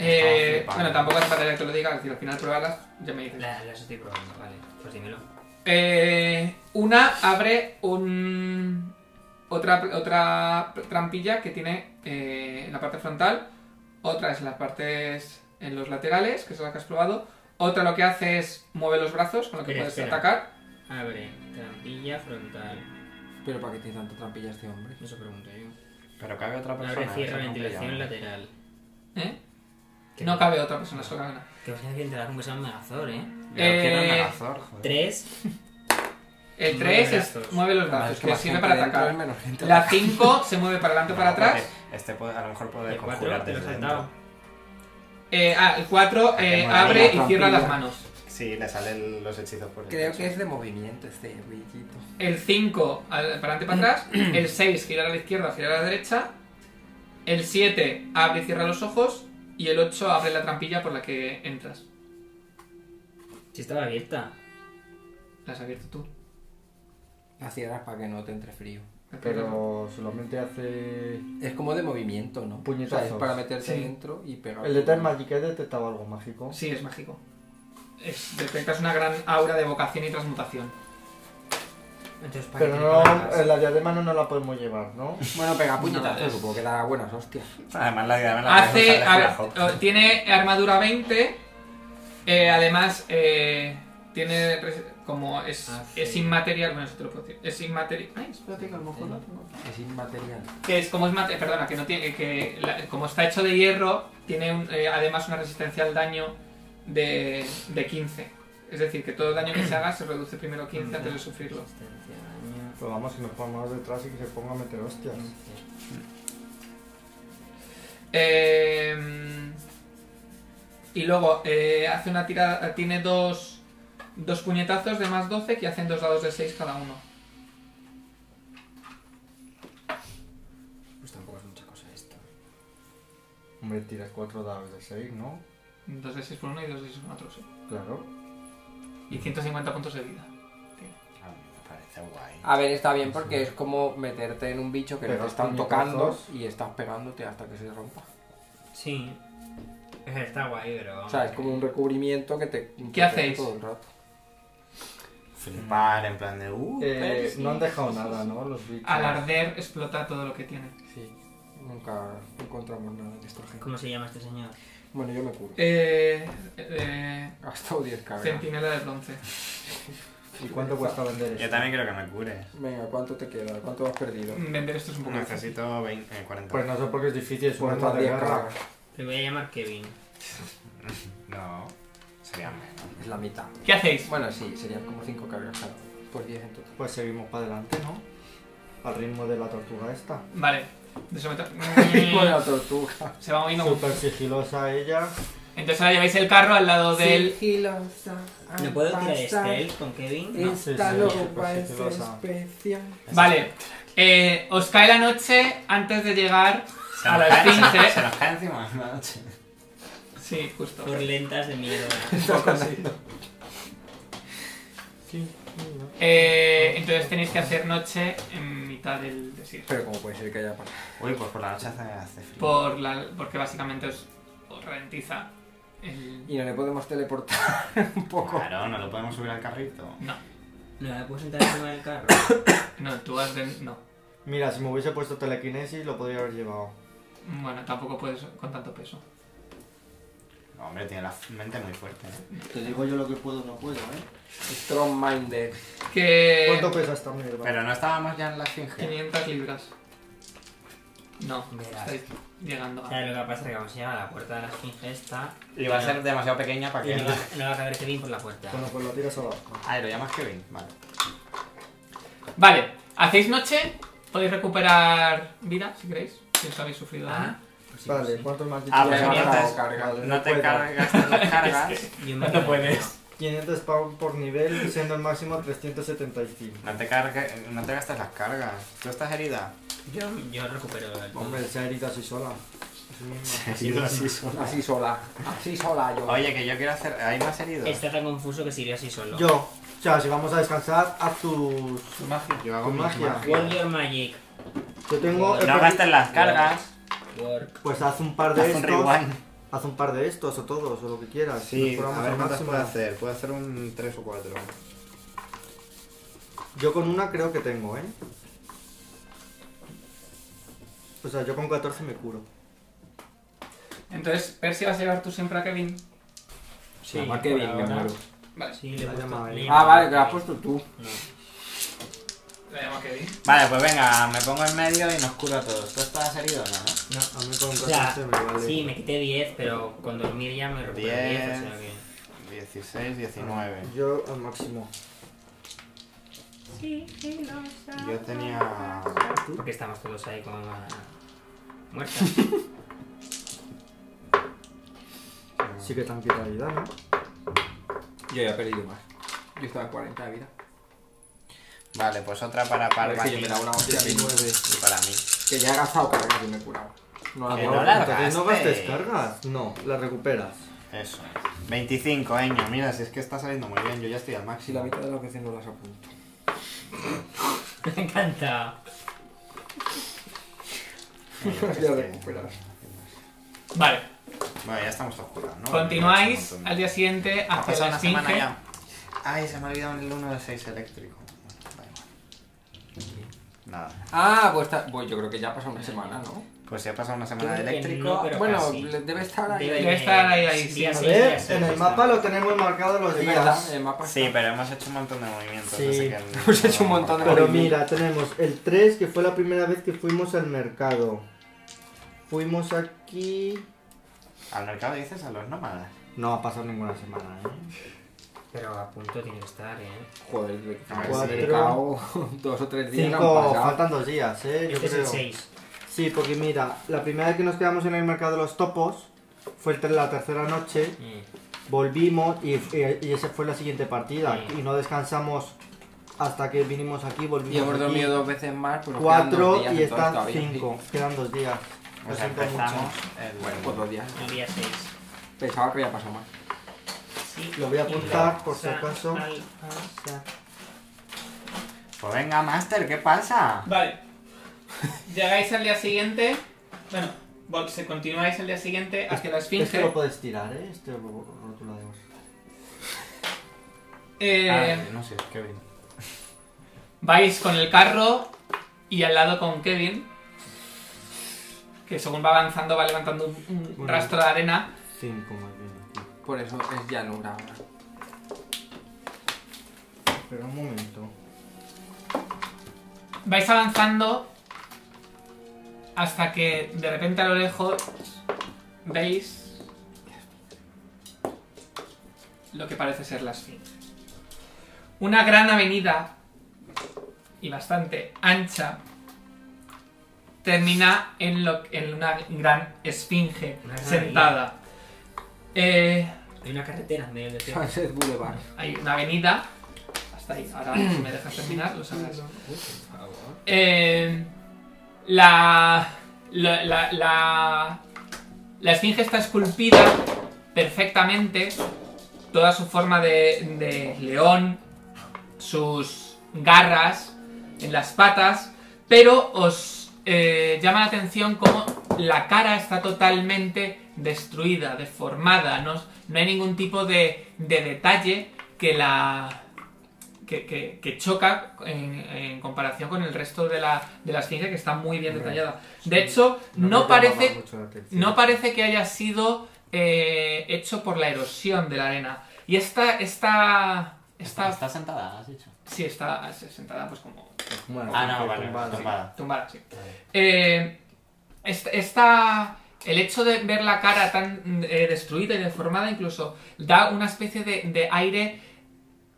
Eh,
flipando.
bueno, tampoco hace falta que te lo diga, es decir, al final probarlas, ya me dices.
La- las estoy probando, vale. Pues dímelo.
Eh, una abre un... Otra, otra trampilla que tiene eh, en la parte frontal, otra es en las partes en los laterales, que es la que has probado, otra lo que hace es mueve los brazos, con lo que
Espera,
puedes
espera.
atacar.
Abre, trampilla frontal.
Pero ¿para qué tiene tanta trampilla este hombre?
Eso pregunto yo.
Pero cabe otra persona. ¿eh?
Abre, cierra,
eso no
ventilación
brilla.
lateral.
¿eh?
Que
No cabe otra persona, solo cabe una.
Te vas a que entrar un beso a un megazor, eh.
Pero que era un
Eh,
alazor, joder.
Tres.
El
Mueve
3
los
es
brazos.
mueve los
Claro,
brazos,
Ah, es
que
más
sirve
gente
para
dentro
atacar.
es menos gente.
La 5 se mueve para adelante o para
No,
atrás.
porque Este puede, a lo mejor puede El 4 conjurar te lo desde has dentro. dado.
Eh, ah, el 4
que mola
abre
la
y cierra
trampilla.
las manos.
Sí, le salen los hechizos por el
Creo
pecho.
que es de movimiento este brillito.
El 5 para adelante y para atrás. El 6 girar a la izquierda, girar a la derecha. El 7 abre y cierra los ojos. Y el 8 abre la trampilla por la que entras.
Sí, estaba abierta.
La has abierto tú.
La cierras para que no te entre frío.
Pero solamente hace.
Es como de movimiento, ¿no?
Puñetazos.
O sea, es para meterse
Sí.
dentro y pegar.
El de Time Magic ¿he detectado algo mágico.
Sí, es mágico. Es- detectas una gran aura de evocación y transmutación.
Entonces, ¿para
Pero
qué
no,
tiene cámaras?
eh, la diadema no nos la podemos llevar, ¿no?
Bueno, pega puñetazos,
No, es-
supongo que da buenas hostias.
Ah, Además, la diadema la puedes
Hace.
usar de
a- oh.
hula hoop.
o- tiene armadura 20. eh, además, eh, tiene. res- Como es,
Ah,
es
sí.
inmaterial. Bueno, eso te lo puedo decir. Es inmaterial. Ay, espérate que a lo mejor la tengo.
Es inmaterial.
Que es como es mate- Perdona, que no tiene. Que la- como está hecho de hierro, tiene un- eh, además una resistencia al daño de, de 15. Es decir, que todo el daño que se haga se reduce primero 15 antes de sufrirlo.
Resistencia, daño,
Pero vamos, si nos ponemos detrás y que se ponga a meter hostias.
Eh, y luego eh, hace una tirada. Tiene dos. Dos puñetazos de más 12 que hacen dos dados de 6 cada uno.
Pues tampoco es mucha cosa esto.
Hombre, tiras cuatro dados de seis, ¿no?
Dos de 6 por uno y dos de 6 por otro, sí.
Claro.
Y 150 puntos de vida.
Ah, me parece guay.
A ver, está bien porque es como meterte en un bicho que no te
Pegas
están tocando
puñetazos.
y estás pegándote hasta que se rompa.
Sí. Está guay, pero.
Ah,
O sea, es como un recubrimiento que te. que te
hacéis?
todo el rato.
Flipar, en plan de. Uh,
Eh,
pero
no han
sí.
dejado nada, ¿no? Los bichos.
Al arder explota todo lo que tiene.
Sí. Nunca encontramos nada de esta gente.
¿Cómo se llama este señor?
Bueno, yo me curo.
Eh, eh,
He gastado 10 cargas.
centinela de bronce.
¿Y cuánto cuesta vender esto?
Yo también creo que me cure.
Venga, ¿cuánto te queda? ¿Cuánto has
Mm,
perdido?
Vender esto es un poco difícil.
Necesito 20, eh, 40.
Pues no sé por qué es difícil, es un
Bueno,
arma
estas
de
10
guerra.
cargas.
Le voy a llamar Kevin.
No, sería menos.
Es la mitad.
¿Qué hacéis?
Bueno, sí, serían como 5 cargas cada uno. Pues 10 en total.
Pues seguimos para adelante, ¿no? Al ritmo de la tortuga esta.
Vale. De someter-
Mm.
Con la tortuga.
Se va moviendo.
Súper sigilosa ella.
Entonces ahora lleváis el carro al lado del...
¿No puedo tirar stealth con Kevin? No.
Sí, sí, sí, súper sigilosa.
Vale. Eh, os cae la noche antes de llegar
Se
a
nos
la
cae- se nos- Se
esfinge.
nos cae encima en la noche.
Sí, justo.
Por lentas de miedo.
Sí, sí, ¿no?
Eh, entonces tenéis que hacer noche en mitad del desierto.
Pero como puede ser que haya pasado.
Uy, pues por la noche hace, hace frío.
Por la, porque básicamente os, os ralentiza el...
Y no le podemos teleportar un poco.
Claro, no lo podemos subir al carrito.
No,
¿No me puedo sentar encima del carro?
no, tú has de... No.
Mira, si me hubiese puesto telequinesis lo podría haber llevado.
Bueno, tampoco puedes con tanto peso.
Hombre, tiene la f- mente muy fuerte. ¿eh?
Te digo yo lo que puedo o no puedo, ¿eh?
Strong Minded.
Que...
¿Cuánto pesa esta mierda?
Pero no estábamos ya en la esfinge.
500 libras. No,
Verás.
estáis llegando a...
¿Sabes lo que pasa? Que como se llama la puerta de la esfinge esta.
Y va a ser demasiado pequeña para
Y
que.
no va, no va a caber Kevin por la puerta.
Bueno, pues la tiras abajo.
Ah, ¿y lo llamas Kevin. Vale.
Vale, hacéis noche, podéis recuperar vida si queréis, si os habéis sufrido daño.
Ah, pues sí,
Vale,
pues sí.
¿cuánto me has dicho?
Ah, pues
Ya
entonces-
cargado, cargado.
Vale,
No te
puedo.
cargas las cargas.
Yo
No
me
te
quedo
puedes.
500 pound por nivel, siendo el máximo 375.
No te, cargue- no te gastes las cargas. ¿Tú estás herida?
Yo, yo recupero el
Hombre, se ha herido así sola. Sí misma.
Herida, sí, solo.
Así sola. Así sola yo.
Oye, que yo quiero hacer. ¿Hay más heridos?
Está tan confuso que se iría así solo.
Yo, o sea, si vamos a descansar, haz tus.
Yo
Con
mis
magia.
World your magic.
Yo tengo. he
Pues No
perdi-
gastes las cargas.
Work.
Pues haz un par de
Haz un
estos.
rewind.
Haz un par de estos o todos, o lo que quieras. Nos probamos al máximo.
hacer. Puedo hacer un 3 o 4.
Yo con una creo que tengo, ¿eh? O sea, yo con 14 me curo.
Entonces, Percy vas a llevar tú siempre a Kevin.
Sí,
Ah, qué bien,
por
me
ahora.
muero.
Vale,
Sí, le he
La
puesto-
llamaba
le he
él.
Ah,
llamado
vale, que la has
Kevin.
puesto tú.
No.
la llamo a Kevin.
Vale, pues venga, me pongo en medio y nos curo a todos. ¿Tú estás herido o no?
No, a mí con 14
O sea,
me vale.
sí, me quité 10, pero con dormir ya me recupero 10, o sea que...
16, 19.
Yo al máximo.
Yo tenía.
Porque estamos todos ahí con la... Muerta.
Sí que tan vitalidad, ¿no?
Yo ya he perdido más. Yo estaba a 40 de vida.
Vale, pues otra para
A ver,
Parva.
que yo me da una hostia de nueve.
Y para mí.
Que ya he gastado carga que me he curado. Ah, No la
Eh,
Que
tengo.
no la
Entonces no
gastes.
gastes cargas. No, las recuperas.
Eso.
25, Eño. Mira, si es que está saliendo muy bien. Yo ya estoy al
Si
máximo.
la mitad de las veces no las apunto.
Me encanta.
Eño, es
Ya
que-
recuperas.
Vale,
Bueno, ya estamos todos curados, ¿no?
continuáis
Un montón Ah, de-
al día siguiente
Ha
hacia
pasado
la
una semana
esfinge.
ya.
Ay, se me ha olvidado el 1 de 6 eléctrico. Bueno, da igual. Nada.
Ah, pues, está- pues yo creo que ya ha pasado una semana, ¿no?
Pues si ha pasado una semana de
Creo que
eléctrico.
no, pero
bueno,
casi.
le- debe estar ahí.
Debe
Es
Debe estar ahí, ahí,
día
A
sí, día
ver,
sí,
en
ahí
el
está.
mapa lo tenemos marcado los
verdad,
días.
el mapa
Sí,
está-
pero hemos hecho un montón de movimientos.
Sí.
así que no-
Hemos hecho un montón de-
Pero mira, tenemos el 3, que fue la primera vez que fuimos al mercado. Fuimos aquí...
Al mercado dices a los nómadas.
No ha pasado ninguna semana, ¿eh?
Pero a punto tiene que estar, ¿eh?
Joder, me
Cuatro.
he dedicado dos o tres días.
Cinco,
la han pasado.
faltan dos días, ¿eh? Yo
Este es
creo.
el 6.
Sí, porque mira, la primera vez que nos quedamos en el mercado de los topos fue el ter- la tercera noche, volvimos y, y- y esa fue la siguiente partida.
Sí.
Y no descansamos hasta que vinimos aquí, volvimos.
Y hemos
aquí.
dormido dos veces más, pues nos quedan dos
Cuatro
días,
y
entonces
están
todavía sí.
cinco. Quedan dos días. Lo
O sea,
siento mucho.
empezamos el...
Bueno, pues dos días.
El día 6.
Pensaba que había pasado más.
Lo voy a apuntar por si acaso.
Pues venga, Master, ¿qué pasa?
Vale. Llegáis al día siguiente. Bueno, vol- se continuáis al día siguiente hacia la esfinge.
Este lo puedes tirar, ¿eh? Este ro- rótulo de oso.
Eh,
Ah, no sé, Kevin.
Vais con el carro y al lado con Kevin, que según va avanzando va levantando un, un
Bueno.
rastro de arena.
Cinco más bien. aquí.
Por eso es llanura ahora.
Pero un momento.
Vais avanzando hasta que de repente a lo lejos veis lo que parece ser la esfinge. Una gran avenida y bastante ancha termina en, lo- en una gran esfinge
Una gran
sentada. Eh,
Hay una carretera en medio del desierto.
Sunset Boulevard.
hay una avenida. Hasta ahí. Ahora, si me dejas terminar, lo sabrás. Eh, la, la, la, la, la esfinge está esculpida perfectamente. Toda su forma de, de león, sus garras en las patas, pero os eh, llama la atención como la cara está totalmente destruida, deformada. No, no hay ningún tipo de, de detalle que la, que, que- que choca en, en comparación con el resto de la, de la esfinge que está muy bien detallada. De hecho, no
me llama
parece,
mucho la atención.
no parece que haya sido eh, hecho por la erosión de la arena. Y esta, esta,
Está,
esta,
sentada, has dicho.
sí, está sentada pues como
Bueno,
Ah, no, vale,
tumbada, sí.
tumbada.
tumbada, sí. Eh, esta, esta- el hecho de ver la cara tan mm, eh, destruida y deformada incluso da una especie de, de aire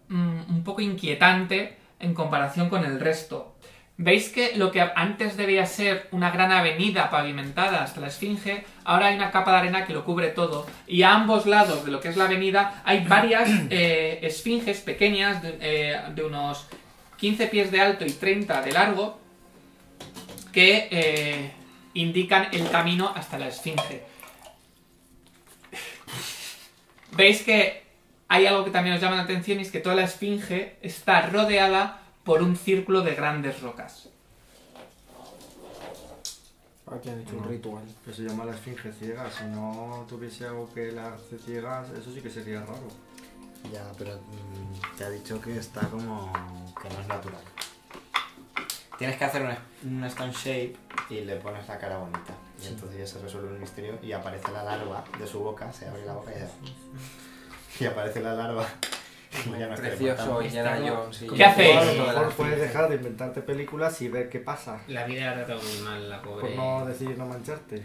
mm, un poco inquietante en comparación con el resto. Veis que lo que antes debía ser una gran avenida pavimentada hasta la Esfinge, ahora hay una capa de arena que lo cubre todo. Y a ambos lados de lo que es la avenida hay varias eh, esfinges pequeñas de, eh, de unos 15 pies de alto y 30 de largo que eh, indican el camino hasta la Esfinge. Veis que hay algo que también os llama la atención y es que toda la esfinge está rodeada por un círculo de grandes rocas.
Aquí han hecho un
No.
ritual.
Que se llama la esfinge ciega. Si no tuviese algo que la hace ciega, eso sí que sería raro.
Ya, pero mm, te ha dicho que está como. que no es natural.
Tienes que hacer un, un stone shape y le pones la cara bonita.
Y entonces ya se resuelve el misterio y aparece la larva de su boca, se abre la boca y, ya- y aparece la larva. Y ya no está
Precioso,
Está
Indiana
como-
Jones. y-
¿Qué hacéis?
O a
Sí.
lo mejor puedes dejar de inventarte películas y ver qué pasa.
La vida la ha tratado muy mal, la
Por
pobre.
Pues no decir no mancharte.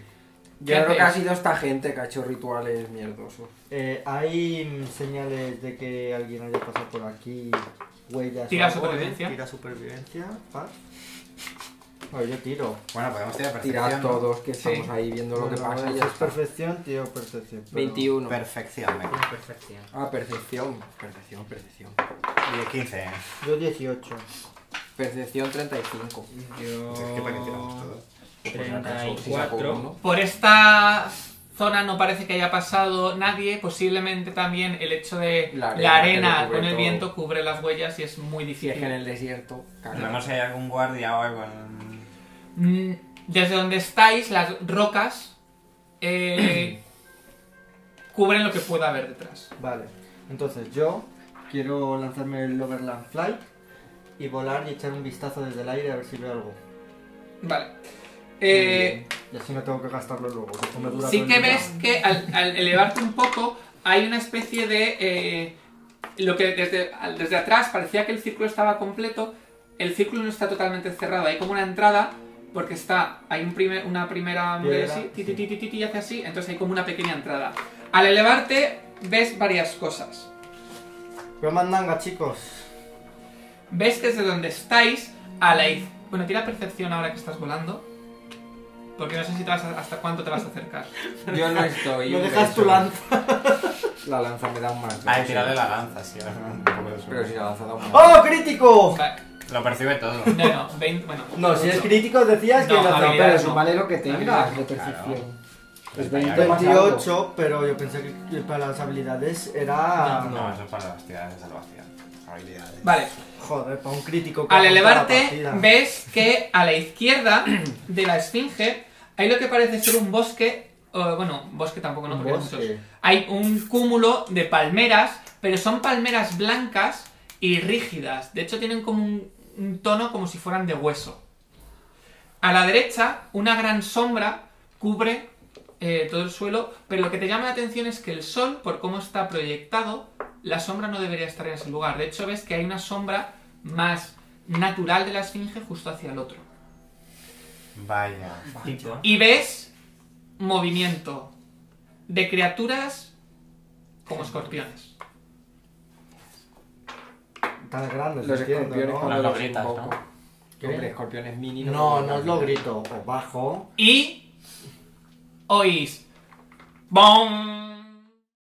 Yo
¿Qué
creo que ha
hacéis?
sido esta gente que ha hecho rituales mierdosos.
Eh, hay mm, señales de que alguien haya pasado por aquí huellas. o
Tira
algo,
supervivencia.
¿eh? Tira supervivencia. Paz. Bueno, yo tiro.
Bueno, podemos tirar perfección.
Tirad
¿no?
todos que estamos
Sí.
ahí viendo lo que
Bueno,
pasa.
a ver,
y
si
ya
es
está.
perfección, tío, perfección. pero-
21.
Perfección, venga.
Perfección.
Ah, percepción. Percepción, percepción.
Y de ¿eh? 15.
Yo 18.
Percepción 35.
Yo...
Es que para que tiramos todos.
Pues
Pues
Si saco
34.
uno.
Por esta zona no parece que haya pasado nadie. Posiblemente también el hecho de
La
la
arena
arena,
que lo cubre
con el
todo.
viento cubre las huellas y es muy
Si es
difícil.
que en el desierto,
Oh. No
caga.
sé si hay algún guardia o algo. en-
Mm, Desde donde estáis, las rocas eh, cubren lo que pueda haber detrás.
Vale. Entonces yo quiero lanzarme el Overland Flight y volar y echar un vistazo desde el aire a ver si veo algo.
Vale. Eh,
Y así no tengo que gastarlo luego. que esto me dura
Sí
todo el
que
día.
ves que al, al elevarte un poco hay una especie de... eh, lo que desde, al- desde atrás parecía que el círculo estaba completo, el círculo no está totalmente cerrado, hay como una entrada porque está, hay un primer, una primera muralla
Piedra,
así, ti, ti,
sí.
ti, ti, ti, ti, y hace así, entonces hay como una pequeña entrada. Al elevarte ves varias cosas.
Veo mandanga, chicos.
Ves que desde donde estáis, a la iz- Bueno, tira percepción ahora que estás volando. Porque no sé si te vas a- hasta cuánto te vas a acercar.
Yo no estoy.
Me
un
dejas
beso.
tu lanza.
La lanza me da un más.
Ah, y tirarle la lanza, sí. Un poco de
Pero si
suerte.
la lanza da un más.
¡Oh, crítico!
Vale,
Lo percibe todo.
Pues
No, no, 20, bueno.
No, si es
ocho.
crítico decías que
No,
lo
habilidad.
Pero
atrapé.
súmale lo que tengas de
Claro.
percepción.
Pues
Es 20 más algo.
28, pero yo pensé que para las habilidades era...
No, eso es para las tiradas de salvación.
Habilidades.
Vale,
Joder, para un crítico... que
al
ha roto la
elevarte
partida.
ves que a la izquierda de la esfinge hay lo que parece ser un bosque, o, bueno, bosque tampoco no,
Un
porque hay
bosque.
muchos. Hay un cúmulo de palmeras, pero son palmeras blancas y rígidas. De hecho tienen como un, un tono como si fueran de hueso. A la derecha, una gran sombra cubre eh, todo el suelo, pero lo que te llama la atención es que el sol, por cómo está proyectado, la sombra no debería estar en ese lugar. De hecho, ves que hay una sombra más natural de la esfinge justo hacia el otro.
Vaya.
Tipo.
Y ves movimiento de criaturas como escorpiones.
Tan grandes,
Los
entiendo,
escorpiones
¿no?
cuando
Las
los
lobritas,
invoco.
¿Qué?
Hombre, escorpiones mini.
No, no os lo
logro
grito. O bajo.
Y oís... ¡Bom!